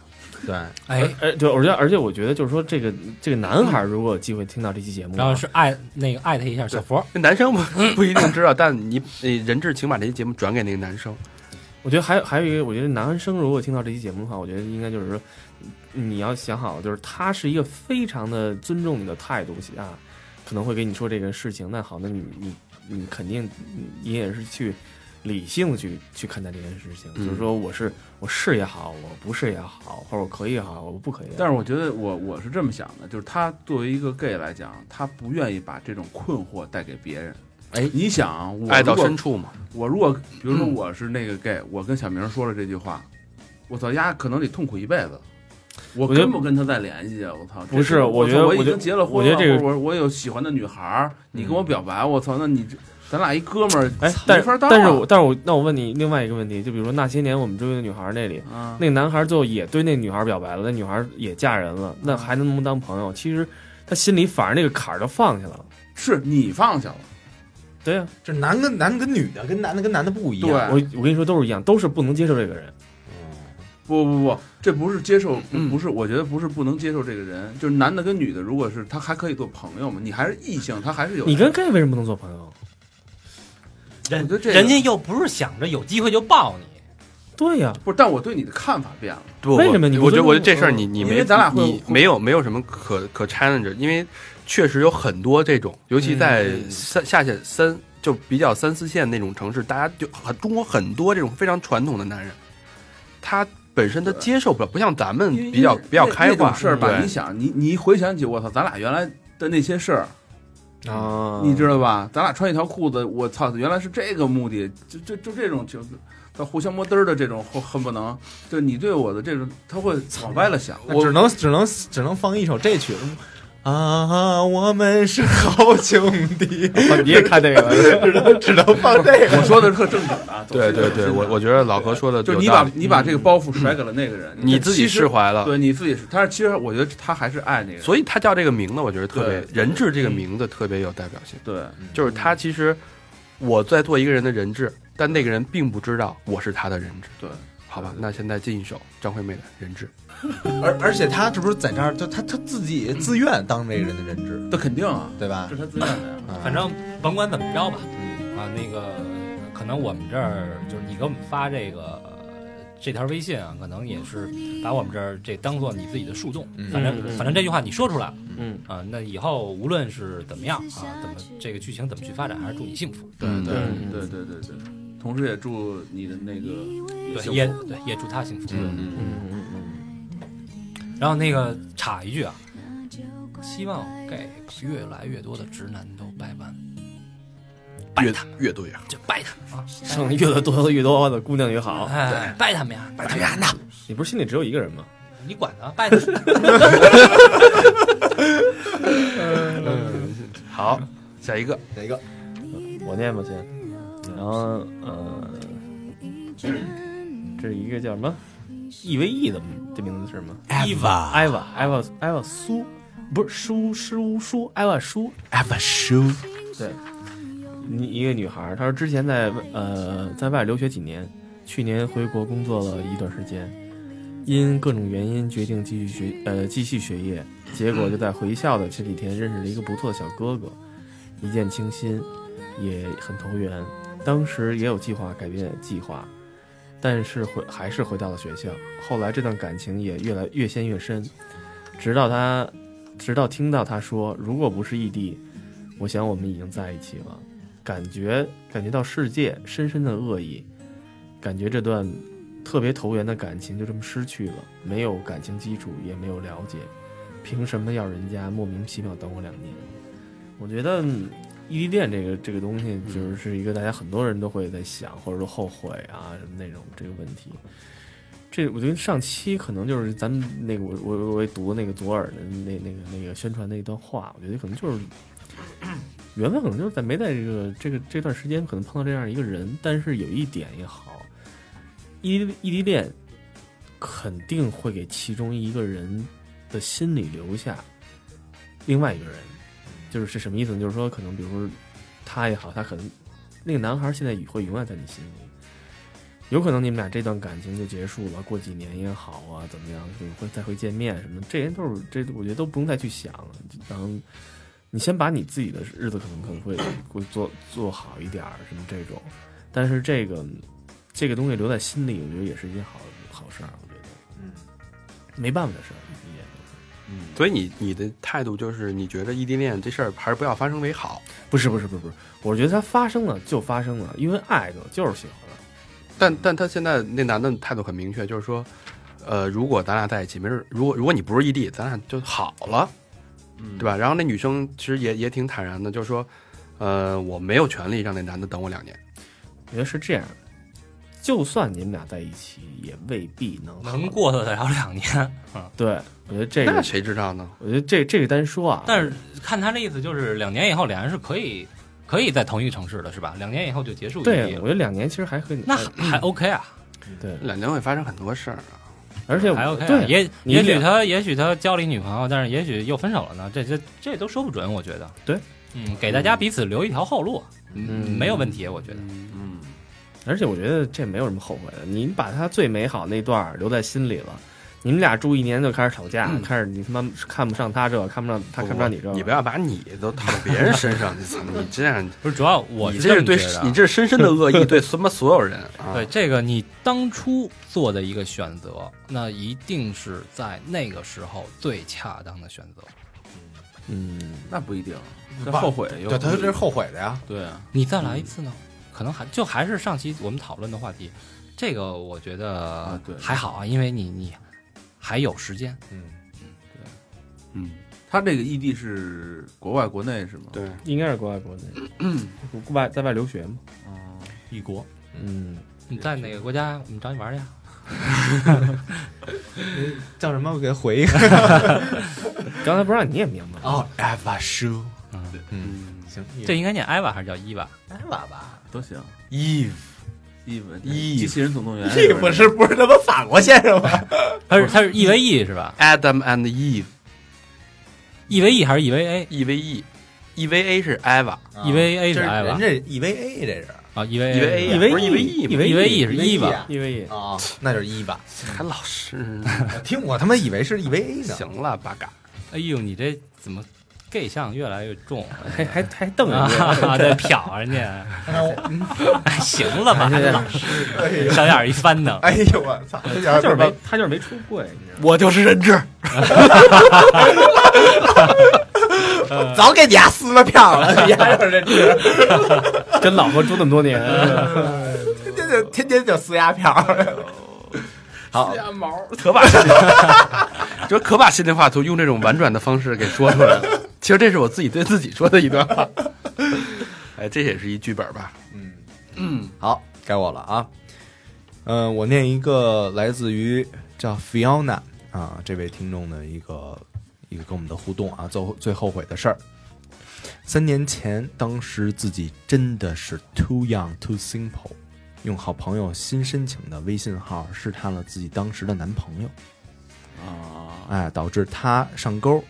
S4: 对，
S6: 哎，
S2: 哎，对，我觉得，而且我觉得就是说，这个这个男孩如果有机会听到这期节目，
S6: 然后是艾那个艾特一下小佛，
S3: 那男生不 不一定知道，但你呃人质，请把这期节目转给那个男生。
S2: 我觉得还有还有一个，我觉得男生如果听到这期节目的话，我觉得应该就是说，你要想好，就是他是一个非常的尊重你的态度啊，可能会给你说这个事情。那好，那你你你肯定你也是去理性地去去看待这件事情，
S3: 嗯
S2: 就是说我是我是也好，我不是也好，或者我可以也好，我不可以也好。
S5: 但是我觉得我我是这么想的，就是他作为一个 gay 来讲，他不愿意把这种困惑带给别人。
S3: 哎，
S5: 你想啊，我
S3: 爱到
S5: 如果
S3: 深处嘛，
S5: 我如果比如
S2: 嗯
S5: 说我是那个 gay，、我跟小明说了这句话，我操，丫可能得痛苦一辈子。我
S2: 我觉得
S5: 根本跟他再联系啊！我操，
S2: 不是
S5: 这
S2: 我
S5: 我
S2: 觉得
S5: 操
S2: 我
S5: 我已
S2: 觉
S5: 经结了
S2: 我
S5: 婚
S2: 觉
S5: 了，
S2: 得这个嗯
S5: 或者我我有喜欢的女孩儿，你跟我表白，我操，那你这咱俩一哥们儿，
S2: 哎
S5: 操，
S2: 但
S5: 没法当啊
S2: 但是我但是我那我问你另外一个问题，就比如说那些年我们追的女孩那里，
S5: 啊，
S2: 那个男孩最后也对那女孩表白了，那女孩也嫁人了，那还能不能当朋友？其实他心里反而那个坎儿都放下了。
S5: 是你放下了，
S2: 对呀、
S4: 这男跟男跟女的跟男的跟男的不一样，
S5: 对，
S2: 我我跟你说都是一样，都是不能接受这个人。
S5: 不不不，这不是接受，
S3: 嗯
S5: 不是，我觉得不是不能接受这个人，就是男的跟女的，如果是他还可以做朋友嘛，你还是异性，他还是有
S2: 你跟 gay 为什么不能做朋友？
S5: 我
S6: 人
S5: 觉得这个
S6: 人家又不是想着有机会就抱你，
S2: 对呀、
S5: 不是，但我对你的看法变了，
S3: 不，
S2: 为
S3: 我
S2: 什么你不
S3: 我觉得
S2: 尊
S3: 我觉得
S2: 重
S3: 这事儿你你
S5: 因
S3: 没
S5: 为咱俩会
S3: 你没有没有什么可可 challenge，因为确实有很多这种，尤其在三下线三就比较三四线那种城市，大家就很中国很多这种非常传统的男人，他本身他
S5: 对
S3: 接受不了，不像咱们
S5: 因为
S3: 比较
S5: 因为
S3: 比较
S5: 那
S3: 开
S5: 那种
S3: 化。
S5: 事儿吧，
S3: 对
S5: 你想，你你回想起我操，咱俩原来的那些事儿，
S2: 啊，
S5: 你知道吧？咱俩穿一条裤子，我操，原来是这个目的，就就就这种就是他互相摸嘚儿的这种，恨恨不能，就你对我的这种，他会往歪了想。
S4: 我只能只能只能放一首这曲子啊，我们是好兄弟，
S2: 你也看这个了？
S4: 只能只能放这个。
S5: 我说的是特正经的啊，走
S3: 对
S5: 心的
S3: 对对，
S5: 走心的
S3: 我我觉得老何说的
S5: 就是
S3: 有
S5: 你
S3: 道
S5: 把
S3: 理嗯
S5: 你把这个包袱甩给了那个人，
S3: 你自己
S5: 其实
S3: 释怀了，
S5: 对你自己是，但是其实我觉得他还是爱那个人，
S3: 所以他叫这个名字，我觉得特别
S5: 对嗯
S3: 人质这个名字特别有代表性。
S5: 对
S3: 就是他其实我在做一个人的人质，但那个人并不知道我是他的人质。
S5: 对，
S3: 好吧，那现在进一首张惠妹的《人质》。
S4: 而而且他这不是在这儿，就他他自己自愿当这个人的人质，
S5: 那肯定啊，
S4: 对吧
S5: 这？
S3: 嗯
S5: 是他自愿的呀。
S4: 啊
S6: 反正甭管怎么着吧，啊，那个可能我们这儿就是你给我们发这个这条微信啊，可能也是把我们这儿这当做你自己的树洞。
S4: 嗯
S6: 反正
S2: 嗯嗯
S6: 反正这句话你说出来了
S2: 嗯，
S6: 啊，那以后无论是怎么样啊，怎么这个剧情怎么去发展，还是祝你幸福。
S5: 对
S3: 嗯
S5: 对
S2: 嗯
S5: 对对对对，同时也祝你的那个
S6: 对，也对，也祝他幸福。
S3: 嗯
S2: 嗯嗯嗯，
S6: 然后那个插一句啊，希望给越来越多的直男都掰弯，
S3: 越越多越好。
S6: 就掰他们啊，
S2: 生越多多越多的姑娘越好。
S6: 哎，掰他们呀，掰他们呀，
S2: 你不是心里只有一个人吗？
S6: 你管他，掰他们。
S3: 好，下一个，
S4: 哪个？
S2: 我念吧先，然后呃，这是一个叫什么 E V E 的这名字是吗
S4: Eva
S2: ？Eva Eva Eva 苏，不是舒舒舒 Eva 舒，
S4: Eva 叔，
S2: 对，你一个女孩儿，她说之前在呃在外留学几年，去年回国工作了一段时间，因各种原因决定继续学呃继续学业，结果就在回校的前几天认识了一个不错的小哥哥，一见倾心，也很投缘，当时也有计划改变计划。但是回还是回到了学校，后来这段感情也越来越陷越深，直到他，直到听到他说，如果不是异地，我想我们已经在一起了，感觉感觉到世界深深的恶意，感觉这段特别投缘的感情就这么失去了，没有感情基础，也没有了解，凭什么要人家莫名其妙等我两年？我觉得嗯异地恋这个这个东西，就是是一个大家很多人都会在想，或者说后悔啊什么那种这个问题。这我觉得上期可能就是咱们那个我我我也读那个左耳的那那个那个宣传那段话，我觉得可能就是缘分可能就是在没在这个这个这段时间可能碰到这样一个人，但是有一点也好，异地异地恋肯定会给其中一个人的心里留下另外一个人，就是是什么意思呢？就是说可能比如说他也好，他可能那个男孩现在也会永远在你心里，有可能你们俩这段感情就结束了，过几年也好啊，怎么样就会再会见面什么的，这些都是这我觉得都不用再去想了，然后。你先把你自己的日子可能可能会会做做好一点儿什么这种，但是这个这个东西留在心里，我觉得也是一件好好事儿，我觉得，嗯，没办法的事儿，也
S3: 所以你你的态度就是，你觉得异地恋这事儿还是不要发生为好。
S2: 不是不是不是不是，我觉得它发生了就发生了，因为爱的就是喜欢了，
S3: 但但他现在那男的态度很明确，就是说，呃，如果咱俩在一起，没事儿，如果如果你不是异地，咱俩就好了，对吧？然后那女生其实也也挺坦然的，就是说，呃，我没有权利让那男的等我两年。
S2: 我觉得是这样。就算你们俩在一起，也未必能好
S6: 能。过得了两年，
S2: 对，我觉得这
S3: 那
S2: 个，
S3: 谁知道呢？
S2: 我觉得这这个单说啊，
S6: 但是看他的意思就是两年以后俩人是可以可以在同一个城市的，是吧？两年以后就结束异地
S2: 对我嗯
S6: 了，
S2: 觉得两年其实还可以。
S6: 那还还 OK 啊，
S2: 对，
S3: 两年会发生很多事儿啊。
S2: 而且我
S6: 还 OK 啊。
S2: 对
S6: 也
S2: 你
S6: 也许
S2: 俩
S6: 他也许他交了一女朋友，但是也许又分手了呢，这这这都说不准，我觉得。
S2: 对，
S6: 嗯，给大家彼此留一条后路，
S2: 嗯
S6: 没有问题，我觉得。
S5: 嗯，
S2: 而且我觉得这没有什么后悔的，你把他最美好那段儿留在心里了。你们俩住一年就开始吵架，
S6: 嗯
S2: 开始你他妈看不上他这，看不上他，看不上你这。
S3: 你不要把你都套到别人身上，你操，你这样，
S6: 不是，主要我
S3: 你
S6: 是
S3: 这
S6: 么
S3: 是对
S6: 觉得啊
S3: 你这是深深的恶意， 对什么所有人啊。
S6: 对，这个你当初做的一个选择，那一定是在那个时候最恰当的选择。
S2: 嗯，
S5: 那不一定，那后悔有
S4: 对，他这是后悔的呀。
S5: 对啊，
S6: 你再来一次呢，可能还就还是上期我们讨论的话题，这个我觉得
S5: 啊对
S6: 还好啊，因为你你还有时间，
S4: 嗯，
S5: 嗯，他这个异地是国外国内是吗？
S3: 对，
S2: 应该是国外国内，
S6: 嗯
S2: 国外在外留学嘛。
S5: 哦，
S6: 异国，
S2: 嗯，
S6: 你在哪个国家，我们找你玩去啊。
S4: 叫什么？我给回一个。
S2: 嗯刚才不让你也明白
S6: 啊
S2: 了。
S4: 哦，Eva 叔，
S6: 嗯，
S4: 嗯，行，
S6: 这应该念艾娃还是叫伊娃？
S4: Eva 吧
S5: 都行。
S4: ，Eve，
S5: 伊文，
S4: Eve
S5: 机器人总动员，
S4: 这不是不是他妈法国先生吗？
S6: 他是他是 E V E 是吧
S3: Adam and Eve，E
S6: ？E V E 还是 E V A？E
S3: V E，E V A 是 Eva，
S6: V A
S4: 这
S6: 是艾娃
S4: 人这 EVA 这是
S6: 啊？E V E
S3: EVA
S6: 是
S3: 呀
S6: 吧
S3: 不是 EVE 吗
S2: EVE
S6: EVE 是
S4: EVE
S6: 娃
S4: 啊
S2: 因为
S4: 啊，那就是 E 吧。
S3: 还老师呢，
S7: 哎
S4: 我听我他妈以为是 EVA 呢。
S3: 行了，八嘎。
S6: 哎呦，你这怎么 gay 相越来越 重，
S2: 还还还瞪人家，
S6: 啊，对，瞟人家，啊哎 行了 吧，小眼儿一翻 腾，
S7: 哎呦我操，这点
S2: 他
S7: 儿
S2: 就是
S7: 没
S2: 没他就是没出柜，你知道吗？
S3: 我就是人质。
S7: 早给你丫撕了票了，
S2: 哎
S7: 你丫就是这
S2: 跟老婆住那么多 年，
S7: 天天就天天就撕丫票，
S3: 可把，就可把心里话都用这种婉转的方式给说出来了。其实这是我自己对自己说的一段话。 哎，这也是一剧本吧？
S4: 好，该我了啊。嗯、我念一个来自于叫 Fiona 啊这位听众的一个一个跟我们的互动啊，最后最后悔的事儿。三年前，当时自己真的是 too young too simple，用好朋友新申请的微信号试探了自己当时的男朋友，啊，哎，导致他上钩，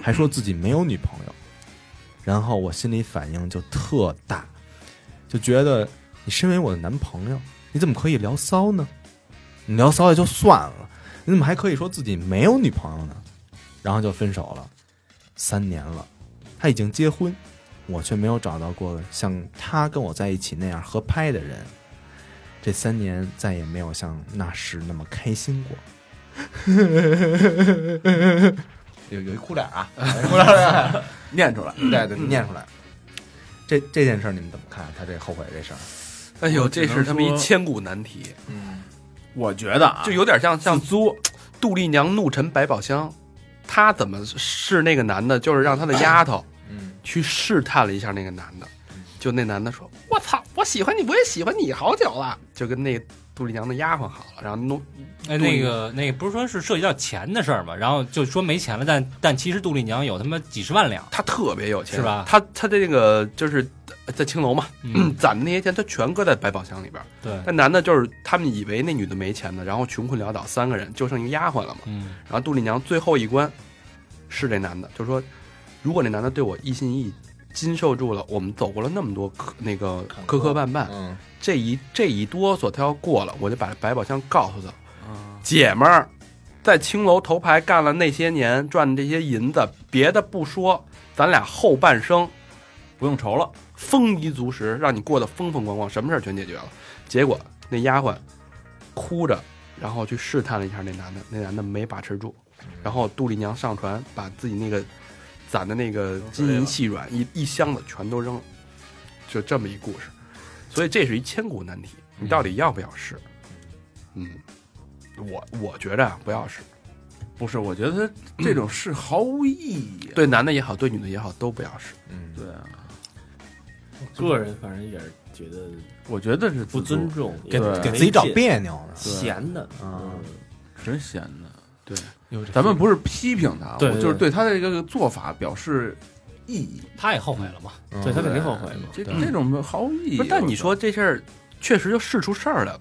S4: 还说自己没有女朋友，然后我心里反应就特大，就觉得你身为我的男朋友，你怎么可以聊骚呢？你聊骚也就算了，你怎么还可以说自己没有女朋友呢？然后就分手了，三年了，他已经结婚，我却没有找到过像他跟我在一起那样合拍的人。这三年再也没有像那时那么开心过。 有有一哭脸啊，
S5: 念出来。
S4: 对对， 念出来。嗯这这件事儿你们怎么看？他这后悔这事儿，
S3: 哎呦，这是他
S5: 我只
S3: 们
S5: 能
S3: 一
S5: 说
S3: 千古难题，
S4: 嗯
S5: 我觉得啊，
S3: 就有点像像作杜丽娘怒沉百宝箱，她怎么试那个男的？就是让她的丫头
S4: 嗯，
S3: 去试探了一下那个男的，就那男的说：“我操，我喜欢你，我也喜欢你好久了。”就跟那个杜丽娘的丫鬟好了，然后弄
S6: 哎，那个那个不是说是涉及到钱的事儿吗？然后就说没钱了，但但其实杜丽娘有他妈几十万两，
S3: 他特别有钱，
S6: 是吧
S3: 他他的那个就是在青楼嘛，
S6: 嗯
S3: 攒的那些钱，他全搁在百宝箱里边儿。
S6: 对，
S3: 但男的就是他们以为那女的没钱呢，然后穷困潦倒，三个人就剩一个丫鬟了嘛。
S6: 嗯
S3: 然后杜丽娘最后一关是这男的，就说如果那男的对我一心一意，经受住了，我们走过了那么多磕那个磕磕绊绊，
S4: 嗯，
S3: 这一这一哆嗦他要过了，我就把百宝箱告诉他，姐们儿，在青楼头牌干了那些年赚的这些银子，别的不说，咱俩后半生
S5: 不用愁了，
S3: 丰衣足食，让你过得风风光光，什么事儿全解决了。结果那丫鬟哭着，然后去试探了一下那男的，那男的没把持住，然后杜丽娘上船把自己那个攒的那个金银细软一一箱子全都扔了，就这么一故事。所以这是一千古难题，你到底要不要试？嗯，我我觉着啊，不要试，
S5: 不是？我觉得他这种事毫无意义。啊
S3: 对男的也好，对女的也好，都不要试。
S4: 嗯
S5: 对啊，
S2: 个人反正也是觉得
S5: 我觉得是
S2: 不尊，重，
S4: 给
S5: 对
S4: 给自己找别扭呢。
S2: 闲的，
S4: 嗯
S2: 啊
S5: 真闲的。
S4: 哟这
S5: 咱们不是批评他，啊
S2: 对
S5: 我就是对他的这个做法表示异议。
S6: 她也后悔了嘛，
S4: 嗯
S2: 对他啊肯定后悔嘛。
S5: 这
S4: 对
S5: 这种毫无意义。
S3: 不是，但你说
S5: 我
S3: 这事儿确实就试出事儿来了，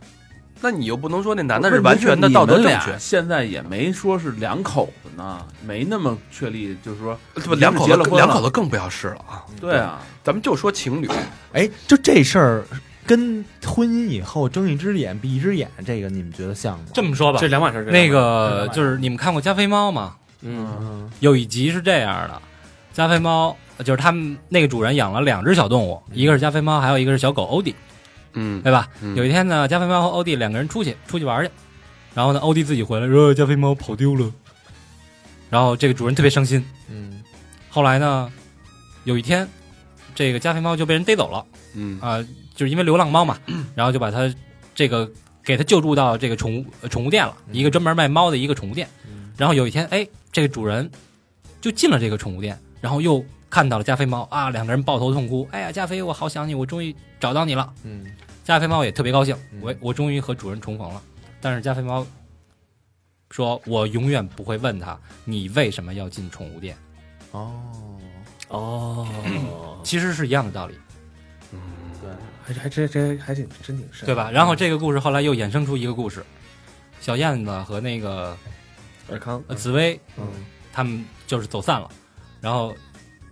S3: 那你又不能说那男
S5: 操，
S3: 的是完全的道德正
S5: 问题是你们
S3: 确
S5: 俩，现在也没说是两口子呢，没那么确立，就是说
S3: 呃不两口子
S5: 结了婚了
S3: 两口子更不要试了啊！
S5: 对啊，
S3: 咱们就说情侣，
S4: 哎，就这事儿跟婚姻以后睁一只眼闭一只眼，这个你们觉得像吗？
S6: 这么说吧
S2: 这，两码事儿，这两码事儿
S6: 那个就是你们看过《加菲猫》吗？
S2: 嗯，
S4: 嗯
S6: 有一集是这样的，加菲猫就是他们那个主人养了两只小动物，一个是加菲猫，还有一个是小狗欧弟，
S3: 嗯，
S6: 对吧？
S3: 嗯
S6: 有一天呢，加菲猫和欧弟两个人出去出去玩去，然后呢，欧弟自己回来说加菲猫跑丢了，然后这个主人特别伤心。
S4: 嗯
S6: 后来呢，有一天，这个加菲猫就被人逮走了
S3: 嗯
S6: 啊、就是因为流浪猫嘛，然后就把它这个给它救助到这个宠物、呃宠物店了，一个专门卖猫的一个宠物店。然后有一天，哎，这个主人就进了这个宠物店，然后又看到了加菲猫啊，两个人抱头痛哭，哎呀，加菲，我好想你，我终于找到你了。
S4: 嗯
S6: 加菲猫也特别高兴，
S4: 嗯
S6: 我我终于和主人重逢了。但是加菲猫说，我永远不会问他你为什么要进宠物店，
S4: 哦，
S2: 哦，
S6: 其实是一样的道理，
S3: 嗯
S2: 还还真真还挺真挺深，
S6: 对吧？然后这个故事后来又衍生出一个故事，小燕子和那个
S2: 尔康
S6: 呃紫薇
S4: 嗯
S6: 他们就是走散了，然后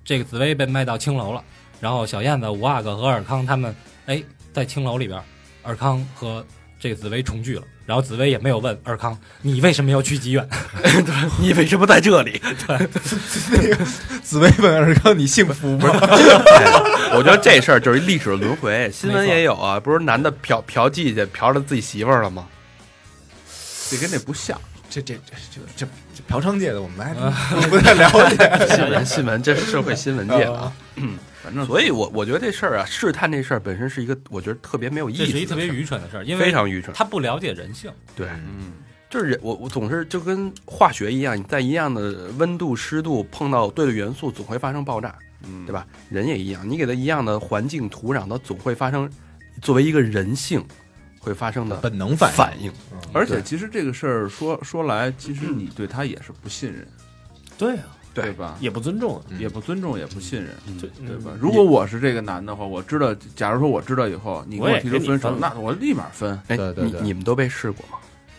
S6: 这个紫薇被卖到青楼了，然后小燕子、五阿哥和尔康他们哎在青楼里边，尔康和这个紫薇重聚了，然后紫薇也没有问尔康你为什么要去妓院，
S3: 你为什么在这里？
S4: 紫薇问尔康：“你幸福吗
S3: 我觉得这事儿就是历史的轮回，新闻也有啊，不是男的嫖嫖妓去，嫖了自己媳妇儿了吗？
S5: 这跟那不像，？”
S4: 这这这这这这嫖娼界的，我们还 不不太了解。
S3: 新闻新闻，这是社会新闻界的啊。
S5: 反正
S3: 所以我我觉得这事儿啊，试探这事儿本身是一个，我觉得特别没有意
S6: 这
S3: 义，
S6: 是一特别愚蠢的事儿，因为
S3: 非常愚蠢。
S6: 他不了解人性。
S3: 对，
S5: 嗯，
S3: 就是人我我总是就跟化学一样，你在一样的温度、湿度碰到对的元素，总会发生爆炸，
S5: 嗯
S3: 对吧？人也一样，你给它一样的环境、土壤，它总会发生作为一个人性会发生的
S4: 本能反应嗯
S3: 反应。
S5: 而且其实这个事儿说说来，其实你对他也是不信任，
S2: 对啊，
S3: 对
S5: 对吧？
S2: 也不尊重啊，
S5: 也不尊重，也不信任，
S2: 就
S5: 对吧？
S2: 嗯
S5: 如果我是这个男的话，我知道，假如说我知道以后你
S2: 我
S5: 跟我
S2: 也
S5: 提出
S2: 跟你
S5: 分手，
S2: 分
S5: 那我立马分。
S3: 哎，
S4: 对对对
S3: 你你们都被试过吗？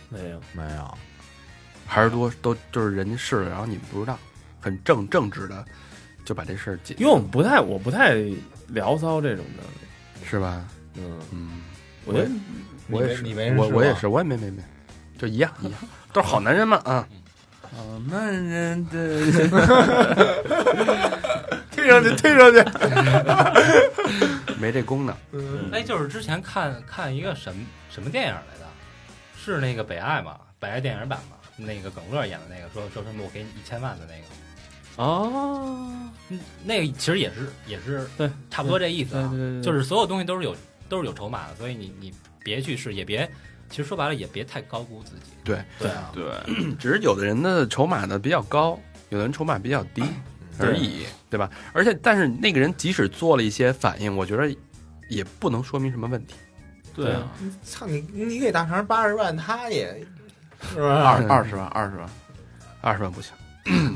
S2: 没有，
S4: 没有，
S3: 还是多都就是人家试了，然后你们不知道，很正正直的就把这事儿解决
S2: 因为我们不太，我不太聊骚这种的，
S3: 是吧？
S2: 嗯，
S3: 嗯，
S2: 我觉得
S4: 我也是，你没
S3: 我我也是，我也没没没，就一样一样， 都是好男人嘛 啊。
S5: 好男嗯人的，
S4: 推上去，推上去。
S3: 没这功能。
S6: 哎，就是之前看看一个什么什么电影来的，是那个北爱嘛，北爱电影版嘛，那个耿乐演的那个，说说什么我给你一千万的那个，
S2: 哦，
S6: 嗯，那个其实也是也是
S2: 对，
S6: 差不多这意思
S2: 对
S6: 啊
S2: 对，对，
S6: 就是所有东西都是有都是有筹码的，所以你你别去试，也别其实说白了也别太高估自己。
S3: 对
S6: 对啊，
S5: 对，
S3: 只是有的人的筹码呢比较高，有的人筹码比较低而已，对吧？而且，但是那个人即使做了一些反应，我觉得也不能说明什么问题。
S5: 对啊，
S4: 操你！你给大肠八十万，他也是
S3: 嗯
S4: 吧？
S5: 二二十万，二十万，
S3: 啊二十万不行，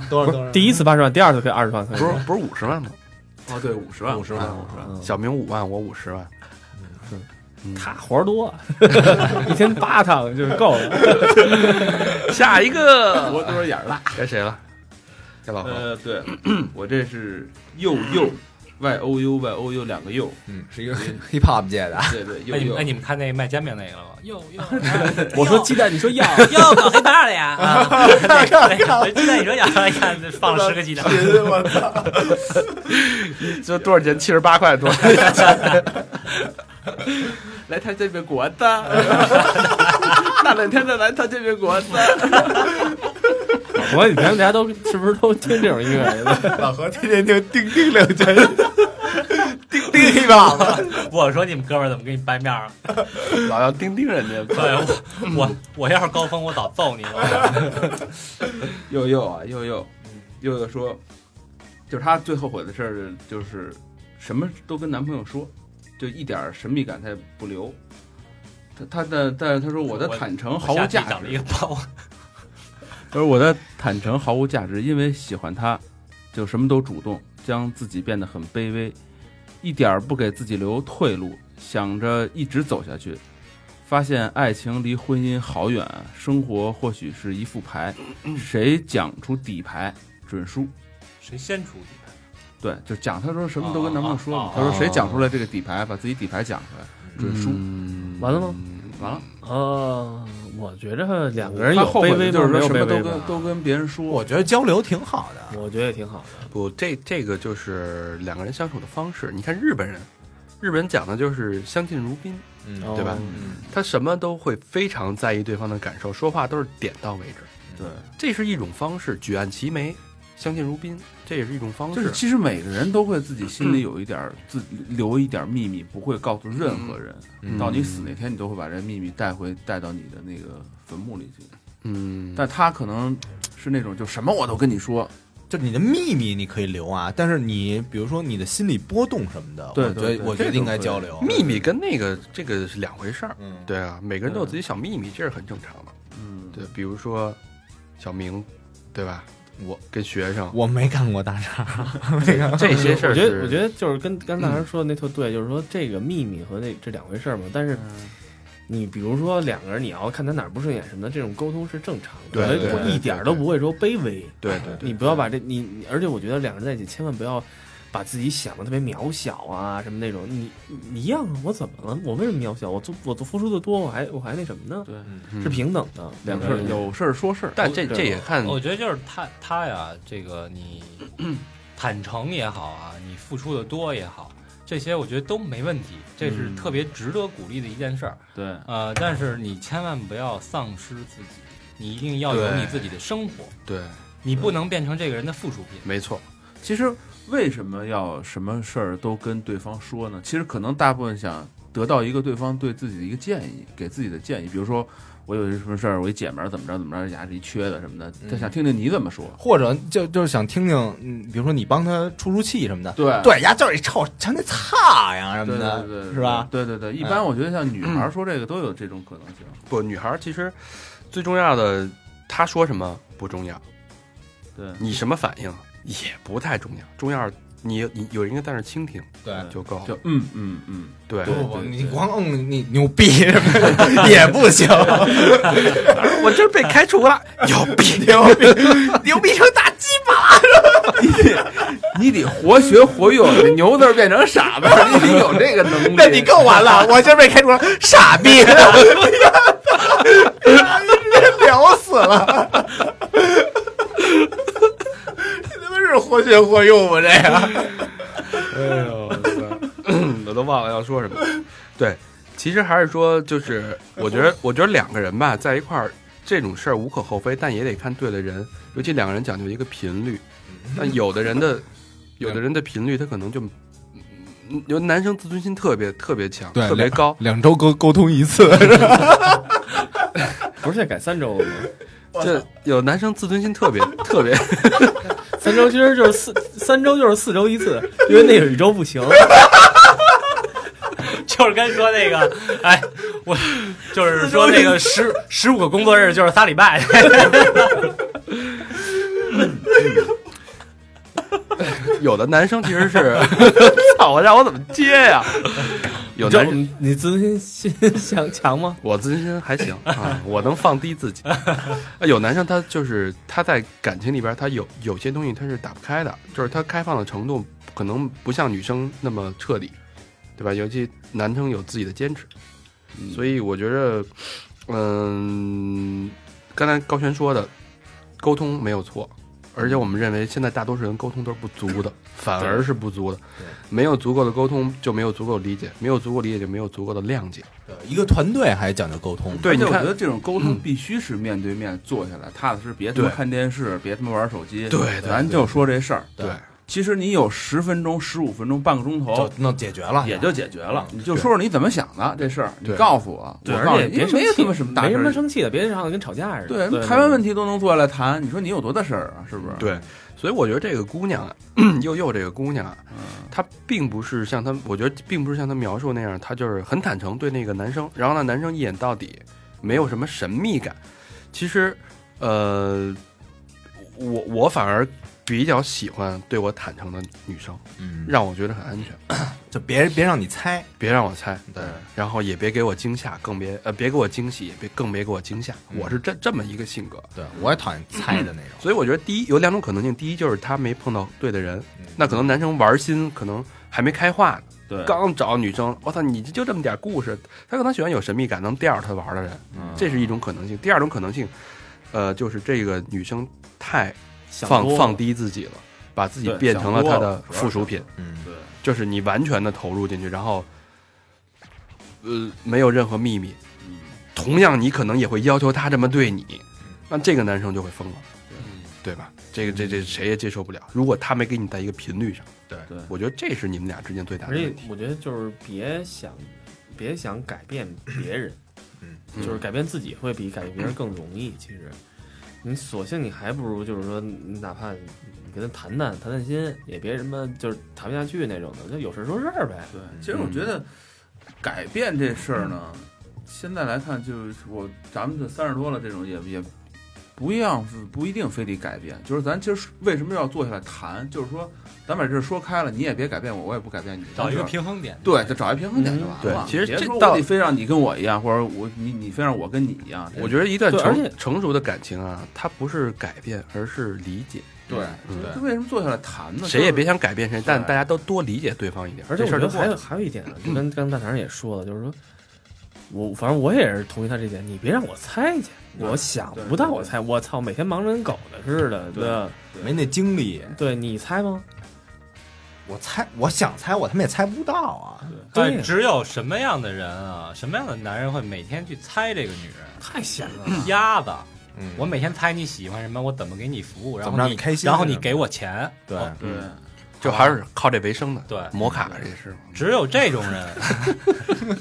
S4: 多少多少？
S2: 啊第一次八十万，第二次可以二十万，
S3: 不是不是五十万吗？嗯
S5: 哦，对，五十万，啊五十万，五十万，
S3: 啊小明五万，我五十万，
S2: 他活儿多，啊 一天八趟就够了。
S3: 下一个
S5: 我多少眼儿辣？
S3: 该谁了？该老何。
S5: 呃，对，我这是右 右，y o u y o u 两个右，
S4: 嗯，是一个 hip hop 界的。
S5: 对 对，右
S6: 哎你们哎
S5: 右。
S6: 你们看那卖煎饼那个了吗？哟哟，
S2: 我说鸡蛋，你说要，
S6: 哟搞黑怕了呀！啊，鸡蛋你说呀，哎呀，放了十个鸡蛋，
S3: 这多少钱？七十八块多。
S5: 来他这边果子，大冷天的来他这边果子。
S2: 我 你看大家都是不是都听这种音乐？
S4: 老何天天就叮叮两句，
S6: 对吧？我说你们哥们儿怎么给你掰面儿？
S3: 老要盯盯人
S6: 对
S3: 家。
S6: 哎我我我要是高峰，我早揍你
S5: 哎
S6: 了。
S5: 佑佑啊，佑佑，佑佑说，就是她最后悔的事儿就是什么都跟男朋友说，就一点神秘感她也不留。她她的，但是她说我的
S6: 我
S5: 坦诚
S6: 我
S5: 毫无
S6: 下
S5: 价
S6: 期找了一
S5: 值
S6: 个，包，
S5: 她说我的坦诚毫无价值，因为喜欢他，就什么都主动，将自己变得很卑微，一点儿不给自己留退路，想着一直走下去。发现爱情离婚姻好远啊，生活或许是一副牌，
S2: 嗯
S5: 谁讲出底牌准输。
S6: 谁先出去？
S5: 对，就讲他说什么都跟男朋友说嘛
S2: 嗯
S6: 哦，哦
S5: 他说谁讲出来这个底牌，把自己底牌讲出来，准输。
S2: 完了吗？
S5: 嗯
S3: 嗯
S5: 完了，
S2: 啊，我觉着两个人有
S5: 他后悔
S2: 卑微
S5: 就是
S2: 没
S5: 说
S2: 有
S5: 什么
S2: 卑微
S5: 都跟都跟别人说，
S4: 我觉得交流挺好的。
S2: 我觉得也挺好的。
S3: 不，这这个就是两个人相处的方式。你看日本人，日本人讲的就是相敬如宾，
S4: 嗯
S2: 哦
S3: 对吧？他什么都会非常在意对方的感受，说话都是点到为止。
S5: 对，
S3: 这是一种方式，举案齐眉，相敬如宾，这也是一种方
S5: 就
S3: 式
S5: 是。其实每个人都会自己心里有一点儿自留一点儿秘密，不会告诉任何人。
S4: 嗯
S5: 到你死那天，你都会把这秘密带回带到你的那个坟墓里去。
S3: 嗯，
S5: 但他可能是那种就什么我都跟你说，
S4: 就你的秘密你可以留啊，但是你比如说你的心理波动什么的，
S5: 对
S4: 我觉
S5: 对
S4: 得
S5: 对
S4: 我觉得应该交流。
S3: 秘密跟那个这个是两回事儿。
S4: 嗯，
S3: 对啊，每个人都有自己小秘密，这是很正常的。
S5: 嗯，
S3: 对，比如说小明，对吧？
S4: 我
S3: 跟学生
S4: 我没干过大肠，
S3: 哎这些事儿
S2: 我
S3: 是，
S2: 觉得，我觉得就是跟跟大师说的那特对，就是说这个秘密和那这两回事儿嘛。但是
S5: 嗯
S2: 你比如说两个人，你要看他哪儿不顺眼什么的，这种沟通是正常的，
S3: 对对
S2: 我
S3: 对
S2: 一点儿都不会说卑微。
S3: 对对对，
S2: 你不要把这你，你而且我觉得两个人在一起千万不要把自己想的特别渺小啊，什么那种，你你你一样啊，我怎么了？我为什么渺小？我做我做付出的多，我还我还那什么呢？
S5: 对
S3: 嗯
S2: 是平等的，两个人
S5: 是有事儿说事儿，
S3: 但这这也看
S6: 我觉得就是他他呀，这个 你坦诚也好啊，你付出的多也好，这些我觉得都没问题，这是特别值得鼓励的一件事儿。
S5: 对
S6: 呃，但是你千万不要丧失自己，你一定要有
S3: 对
S6: 你自己的生活，
S3: 对，
S6: 你不能变成这个人的附属品。
S5: 没错。其实为什么要什么事儿都跟对方说呢？其实可能大部分想得到一个对方对自己的一个建议，给自己的建议，比如说。我有一什么事儿，我一姐们儿怎么着怎么着，牙是一缺的什么的，他想听听你怎么说。
S4: 或者就就是想听听，嗯比如说你帮他出出气什么的，
S5: 对
S4: 对，呀，就是一臭成那擦呀什么
S5: 对
S4: 的，
S5: 对对，对
S4: 是吧？？
S5: 对对对，一般我觉得像女孩儿说这个都有这种可能性。
S3: 不，女孩儿其实最重要的，她说什么不重要，
S5: 对，
S3: 你什么反应也不太重要，重要是你你有一个在那儿倾听
S4: 对
S3: 就够了。
S5: 就嗯嗯嗯，
S3: 对，
S4: 不不，
S5: 对
S4: 你光嗯你牛逼什么 的也不行，
S3: 我这被开除 了，有病！
S4: 牛逼牛逼成大鸡巴，
S5: 你得活学活用，你牛字儿变成傻 子，你得有这个能力。
S4: 那你更完了， 我今儿被开除了，傻逼， 聊死了。你他妈是活学活用吗？这个
S3: 哎呦，我操 我都忘了要说什么。对，其实还是说，就是我觉得，我觉得两个人吧，在一块儿这种事儿无可厚非，但也得看对的人，尤其两个人讲究一个频率。那有的人 的，有的人的频率，他可能就，嗯有的男生自尊心特别特别强，
S4: 对
S3: 特别高，
S4: 两周沟沟通一 次，
S2: 不是现在改三周了吗？
S3: 这有男生自尊心特别特别，
S2: 三周其实就是四三周就是四周一次，因为那有一周不行。
S6: 就是跟说那个，哎，我就是说那个十十五个工作日就是仨礼拜，
S3: 有的男生其实是， 操，我让我怎么接呀、有
S2: 你知道我
S3: 男生，
S2: 们你自尊心想强吗？
S3: 我自尊心还行啊，我能放低自己。 有男生他就是他在感情里边，他有有些东西他是打不开的，就是他开放的程度可能不像女生那么彻底，对吧？尤其男生有自己的坚持，所以我觉着，嗯，刚才高璇说的，沟通没有错，而且我们认为现在大多数人沟通都是不足的，反而是不足的，没有足够的沟通就没有足够的理解，没有足够理解就没有足够的谅解。
S4: 一个团队还讲究沟通，
S3: 对
S5: 而且
S3: 你
S5: 我
S3: 看
S5: 觉得这种沟通必须是面对面坐下来，踏踏实实，别他妈
S3: 对
S5: 看电视，别他妈玩手机，
S3: 对对对
S5: 咱就说这事儿。
S4: 对，
S5: 其实你有十分钟、十五分钟、半个钟头
S4: 就，弄解决了，
S5: 也就解决了。
S4: 嗯
S5: 你就说说你怎么想的这事儿，你
S3: 对
S5: 告诉我，
S2: 对，
S5: 我
S2: 而
S5: 告诉
S2: 且
S5: 你，
S2: 别
S5: 因为没有
S2: 生
S5: 什
S2: 气
S5: 么什么大
S2: 没
S5: 事
S2: 什么
S5: 儿。
S2: 生气的，别吵得跟吵架似的。
S5: 对，台湾问
S2: 题
S5: 题都能坐下来谈，你说你有多大事儿啊？是不是？
S3: 对，所以我觉得这个姑娘啊， 佑佑这个姑娘啊，
S4: 嗯
S3: 她并不是像她，我觉得并不是像她描述那样，她就是很坦诚对那个男生，然后呢，男生一眼到底，没有什么神秘感。其实，呃，我我反而比较喜欢对我坦诚的女生，
S4: 嗯，
S3: 让我觉得很安全，
S4: 就别别让你猜，
S3: 别让我猜，
S4: 对，
S3: 然后也别给我惊吓，更别呃别给我惊喜，也别更别给我惊吓，
S4: 嗯
S3: 我是这这么一个性格。
S4: 对我也讨厌猜的那种。
S3: 所以我觉得第一有两种可能性，第一就是他没碰到对的人，
S4: 嗯
S3: 那可能男生玩心可能还没开化呢，
S5: 对，
S3: 刚找女生，我操，你就这么点故事，他可能喜欢有神秘感能吊着他玩的人，
S5: 嗯
S3: 这是一种可能性。第二种可能性，呃，就是这个女生太放放低自己了，把自己
S5: 对
S3: 变成了
S5: 想多
S3: 他
S5: 了
S3: 的
S5: 主要是
S3: 附属品，
S4: 嗯，
S5: 对
S3: 就是你完全的投入进去，然后，呃，没有任何秘密。同样，你可能也会要求他这么对你，那这个男生就会疯了，对吧？这个这这谁也接受不了。如果他没给你在一个频率上，
S4: 对
S5: 对
S3: 我觉得这是你们俩之间最
S5: 啊
S3: 大的
S2: 而且
S3: 问题。
S2: 我觉得就是别想，别想改变别人，
S4: 嗯，
S2: 就是改变自己会比改变别人更容易。其实，你索性你还不如就是说，你哪怕你跟他谈谈谈谈心，也别什么就是谈不下去那种的，就有事说事儿呗。
S5: 对，
S3: 嗯
S5: 其实我觉得改变这事儿呢，现在来看就是我咱们这三十多了，这种也也不一样，不一定非得改变。就是咱其实为什么要坐下来谈？就是说，咱把这事儿说开了，你也别改变我，我也不改变你，
S6: 找一
S5: 咱
S6: 个
S5: 就是
S6: 平衡点。
S5: 对，就找一平衡点就完了。
S3: 嗯对其实
S5: 别
S3: 这
S5: 说
S3: 到
S5: 我得非让你跟我一样，或者我你你非让我跟你一样，
S3: 我觉得一段
S2: 对而且
S3: 成成熟的感情啊，它不是改变，而是理解。
S5: 对
S3: 嗯
S5: 这为什么坐下来谈呢？
S3: 谁也
S5: 就是
S3: 别想改变谁，但
S5: 对
S3: 大家都多理解对方一点。
S2: 而且我
S3: 这
S2: 觉
S3: 事儿
S2: 得
S3: 就过
S2: 还
S3: 了嗯
S2: 有还有一点啊，就跟刚才大堂也说了，就是说，我反正我也是同意他这点，你别让我猜去，我想不到我猜，我操，每天忙着跟狗的似的，对
S4: 没那精力。
S2: 对，你猜吗？
S4: 我猜，我想猜，我他妈也猜不到啊！
S2: 对
S6: 但
S3: 哎
S6: 只有什么样的人啊，什么样的男人会每天去猜这个女人？
S2: 太闲了，
S6: 鸭子，
S4: 嗯
S6: 我每天猜你喜欢什么，我怎么给你服务，然
S4: 怎么
S6: 后
S4: 让你开心
S6: 然后
S4: 是
S6: 你
S4: 吗
S6: 给我钱。
S4: 对
S6: 哦
S5: 对，
S3: 就还是靠这为生的，
S6: 对，
S3: 摩卡这是。
S6: 只有这种人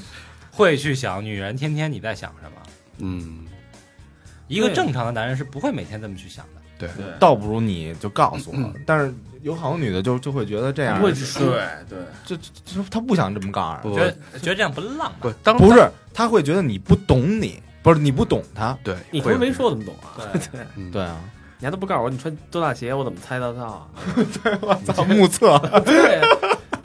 S6: 会去想女人天天你在想什么。
S3: 嗯，
S6: 一个
S2: 对
S6: 正常的男人是不会每天这么去想的。
S4: 对
S5: 对
S4: 倒不如你就告诉我。但是有好多女的就就嗯会觉得这样，
S2: 不会
S4: 就
S5: 对对，
S4: 就就她不想这么告诉
S3: 不
S4: 你，
S6: 觉得觉得这样不浪漫。
S3: 不，当
S4: 不是，她会觉得你不懂你，不是你不懂她。
S3: 对，
S2: 你
S3: 会
S2: 回
S3: 有
S2: 没说我怎么懂啊？对，
S4: 对 啊，
S2: 你还都不告诉我你穿多大鞋，我怎么猜得到啊？
S4: 操，目 测，
S2: 对，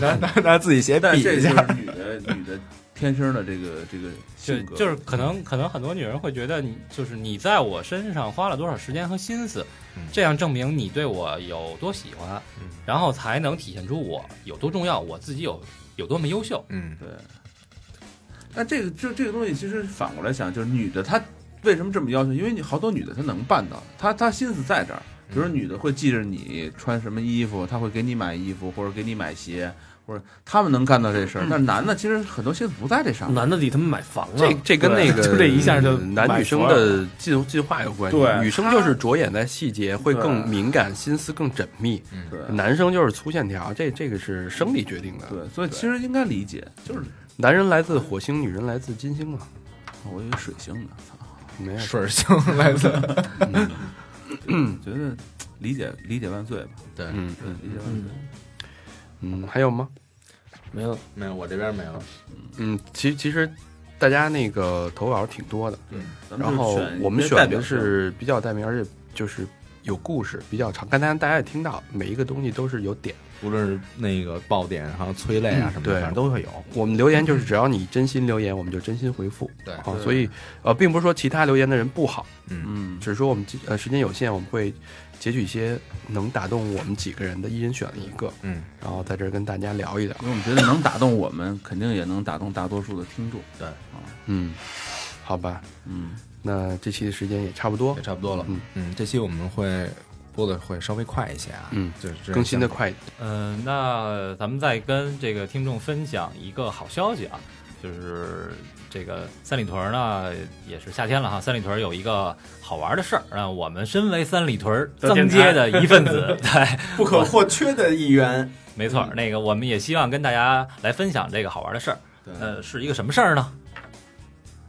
S4: 拿拿拿自己鞋
S5: 但
S4: 比
S5: 这
S4: 一
S5: 就
S4: 下，
S5: 是女的女的天生的这个这个
S6: 就
S5: 性格，
S6: 就是可能可能很多女人会觉得你就是你在我身上花了多少时间和心思
S4: 嗯，
S6: 这样证明你对我有多喜欢
S4: 嗯，
S6: 然后才能体现出我有多重要，我自己有有多么优秀。
S4: 嗯，
S5: 对。但这个就这个东西，其实反过来想，就是女的她为什么这么要求？因为你好多女的她能办到，她她心思在这儿。比
S3: 嗯
S5: 如说女的会记着你穿什么衣服，她会给你买衣服或者给你买鞋，或者她们能干到这
S3: 嗯
S5: 事儿。但是男的其实很多心思不在这上面。
S2: 男的得他妈买房啊！
S3: 这这跟那个
S2: 对就这一下就
S3: 嗯男女生的进进化有关系。
S5: 对
S3: 女生就是着眼在细节，会更
S5: 对
S3: 敏感，心思更缜密。
S5: 对
S3: 男生就是粗线条，这这个是生理决定的。
S5: 对，所以其实应该理解，就是
S3: 男人来自火星，女人来自金星啊。
S5: 我以为水星 呢，操！
S3: 没事，
S4: 水性来自
S5: 觉得理解理解万岁吧，
S4: 对
S3: 嗯
S5: 对，理解万岁。
S2: 嗯，
S3: 嗯，还有吗？
S2: 没有，
S4: 没有，我这边没了。
S3: 嗯，其其实大家那个投稿挺多的，
S5: 咱们
S3: 嗯然
S5: 就
S3: 后
S5: 选
S3: 我们
S5: 一些代
S3: 选
S5: 表
S3: 的
S5: 性
S3: 是比较有代名，而且就是有故事，比较长。刚才大家也听到，每一个东西都是有点。
S4: 无论是那个爆点，然后催泪啊什么
S3: 对
S4: 的，反正都会有。
S3: 我们留言就是只要你真心留言，我们就真心回复。
S4: 对
S3: 啊，所以呃，并不是说其他留言的人不好，
S5: 嗯，
S3: 只是说我们呃时间有限，我们会截取一些能打动我们几个人的，一人选一个，
S4: 嗯，
S3: 然后在这儿跟大家聊一聊。
S5: 因为我们觉得能打动我们，肯定也能打动大多数的听众。
S3: 嗯，好吧，
S5: 嗯，
S3: 那这期的时间也差不多
S4: 也，差不多了
S3: 嗯。
S4: 嗯，这期我们会播的会稍微快一些啊。
S3: 嗯
S4: 就是
S3: 更新的快一点。
S6: 嗯、那咱们再跟这个听众分享一个好消息啊，就是这个三里屯呢也是夏天了哈，三里屯有一个好玩的事儿，让我们身为三里屯
S2: 增街的
S6: 一份子， 对，
S4: 不可或缺的一员。
S6: 没错，
S2: 嗯
S6: 那个我们也希望跟大家来分享这个好玩的事儿。
S4: 对
S6: 呃，是一个什么事儿呢？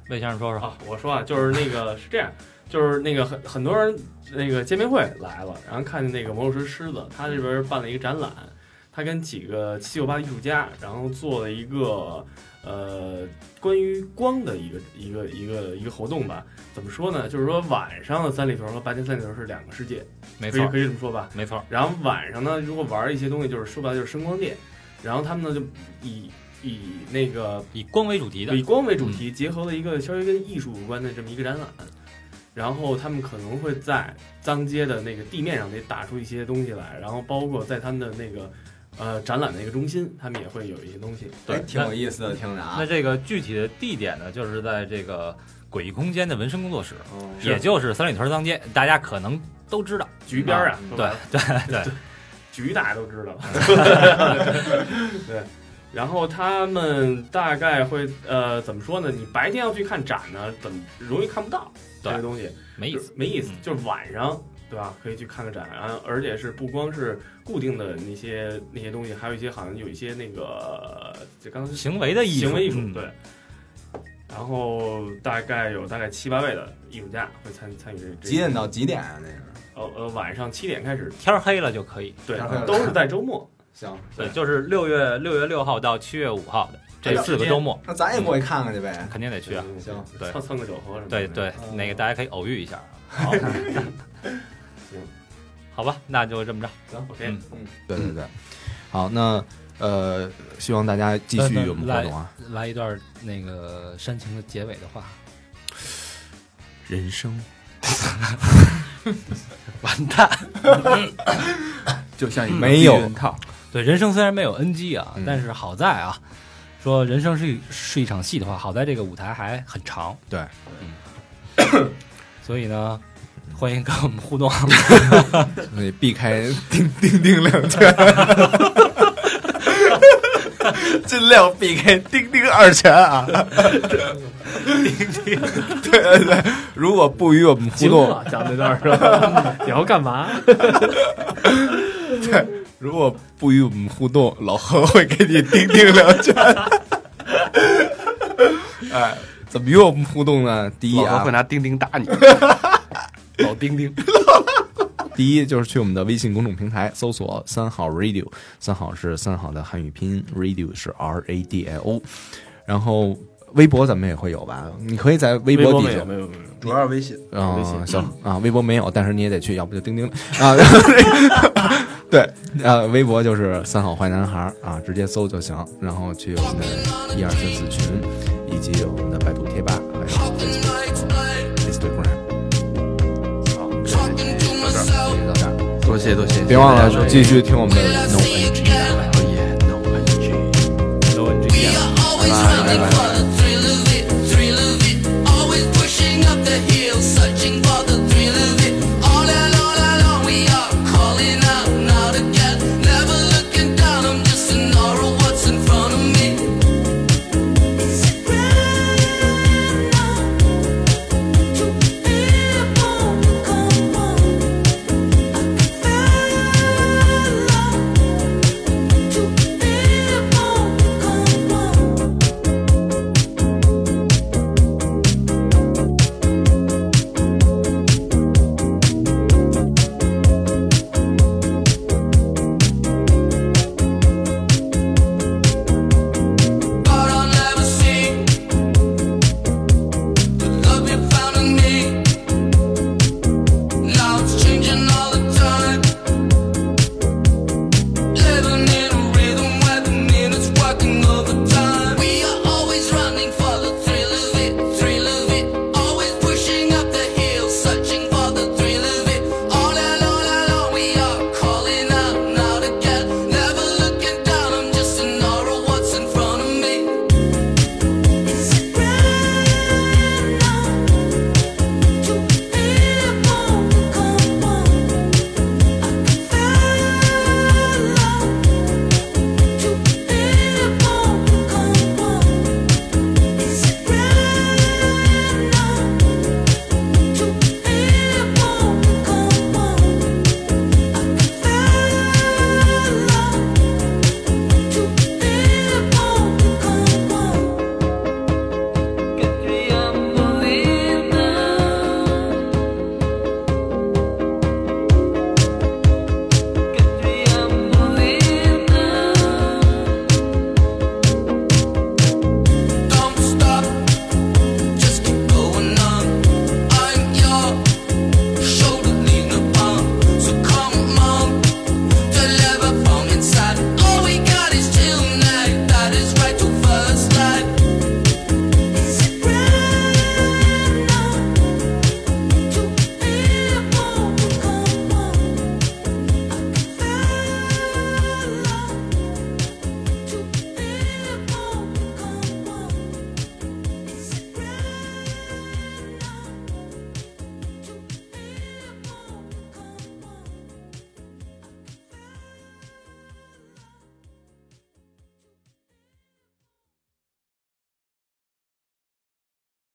S6: 魏先生说说。
S2: 啊，我说啊，就是那个是这样，就是那个很很多人那个见面会来了，然后看见那个魔术师狮子，他这边办了一个展览，他跟几个七九八艺术家，然后做了一个呃关于光的一个一个一个一个活动吧。怎么说呢？就是说晚上的三里屯和白天三里屯是两个世界，
S6: 没
S2: 可以
S6: 错
S2: 可，以这么说吧。
S6: 没错，
S2: 然后晚上呢，如果玩一些东西，就是说白了就是声光电，然后他们呢就以以那个
S6: 以光为主题的嗯
S2: 以，光为主题，结合了一个稍微跟艺术有关的这么一个展览。然后他们可能会在脏街的那个地面上得打出一些东西来，然后包括在他们的那个呃展览的一个中心，他们也会有一些东西。
S6: 对
S4: 哎挺有意思的，听着啊
S6: 那。这个具体的地点呢，就是在这个诡异空间的纹身工作室，
S4: 哦
S6: 也就是三里屯脏街，大家可能都知道。
S2: 局边儿啊，说白
S6: 对
S2: 了
S6: 对 对，
S2: 局大家都 知道。对，然后他们大概会呃怎么说呢？你白天要去看展呢，怎么容易看不到这
S6: 对
S2: 个东西？
S6: 没意思。
S2: 没意思
S6: 嗯，
S2: 就是晚上对吧？可以去看个展，然后而且是不光是固定的那些那些东西，还有一些好像有一些那个就刚才
S6: 行为的艺术，
S2: 行为艺术
S6: 嗯
S2: 对。然后大概有大概七八位的艺术家会参参与这这
S4: 几点到几点啊？那是
S2: 呃呃晚上七点开始，
S6: 天儿黑了就可以。
S2: 对
S4: 大概，有
S2: 都是在周末。
S4: 行，
S6: 对，就是六月六月六号到七月五号的
S2: 哎
S6: 这四个周末，
S4: 那咱也过去看看去呗。
S6: 肯定得去啊。
S4: 嗯行
S6: 对
S2: 蹭蹭个酒喝什么的。
S6: 对对，
S2: 哦
S6: 那个大家可以偶遇一下啊。 好，好吧，那就这么着。
S2: 行，OK，
S6: 嗯
S4: 对对对，好，那呃，希望大家继续我们活动啊。
S8: 来一段那 个煽情的结尾的话，
S4: 人生
S3: 完蛋，
S5: 就像一个
S4: 没有
S5: 避孕套，
S6: 对，人生虽然没有 NG 啊，
S4: 嗯
S6: 但是好在啊，说人生是一是一场戏的话，好在这个舞台还很长。
S4: 对
S6: 嗯，所以呢，欢迎跟我们互动。啊
S4: 所以避开钉钉钉两拳，
S7: 尽量避开钉钉二拳啊！
S4: 对对对，如果不与我们互
S2: 惊
S4: 动，
S2: 了，哦讲这段儿是吧？你要干嘛？
S4: 如果不与我们互动，老何会给你钉钉两拳。哎，怎么与我们互动呢？第一
S3: 老何
S4: 啊
S3: 会，拿钉钉打 你，老钉钉。
S4: 第一就是去我们的微信公众平台搜索“三好 radio”，三好是三好的汉语拼音，radio 是 R A D I O。然后微博咱们也会有吧？你可以在微
S2: 微
S4: 博底
S2: 没
S4: 下
S2: 有，没有，没有。
S1: 主要是微信。
S4: 啊、
S2: 微信
S4: 行 啊，微博没有，但是你也得去，要不就钉钉啊。 对，呃，微博就是三好坏男孩儿啊，直接搜就行，然后去我们的一二三四群，以及我们的百度贴吧，还有 Facebook 和 Instagram。好，就到这儿，
S3: 多谢多谢，
S4: 别忘了继续听我们的 No NG 啊。
S3: 哦耶，no NG。
S9: We are always running from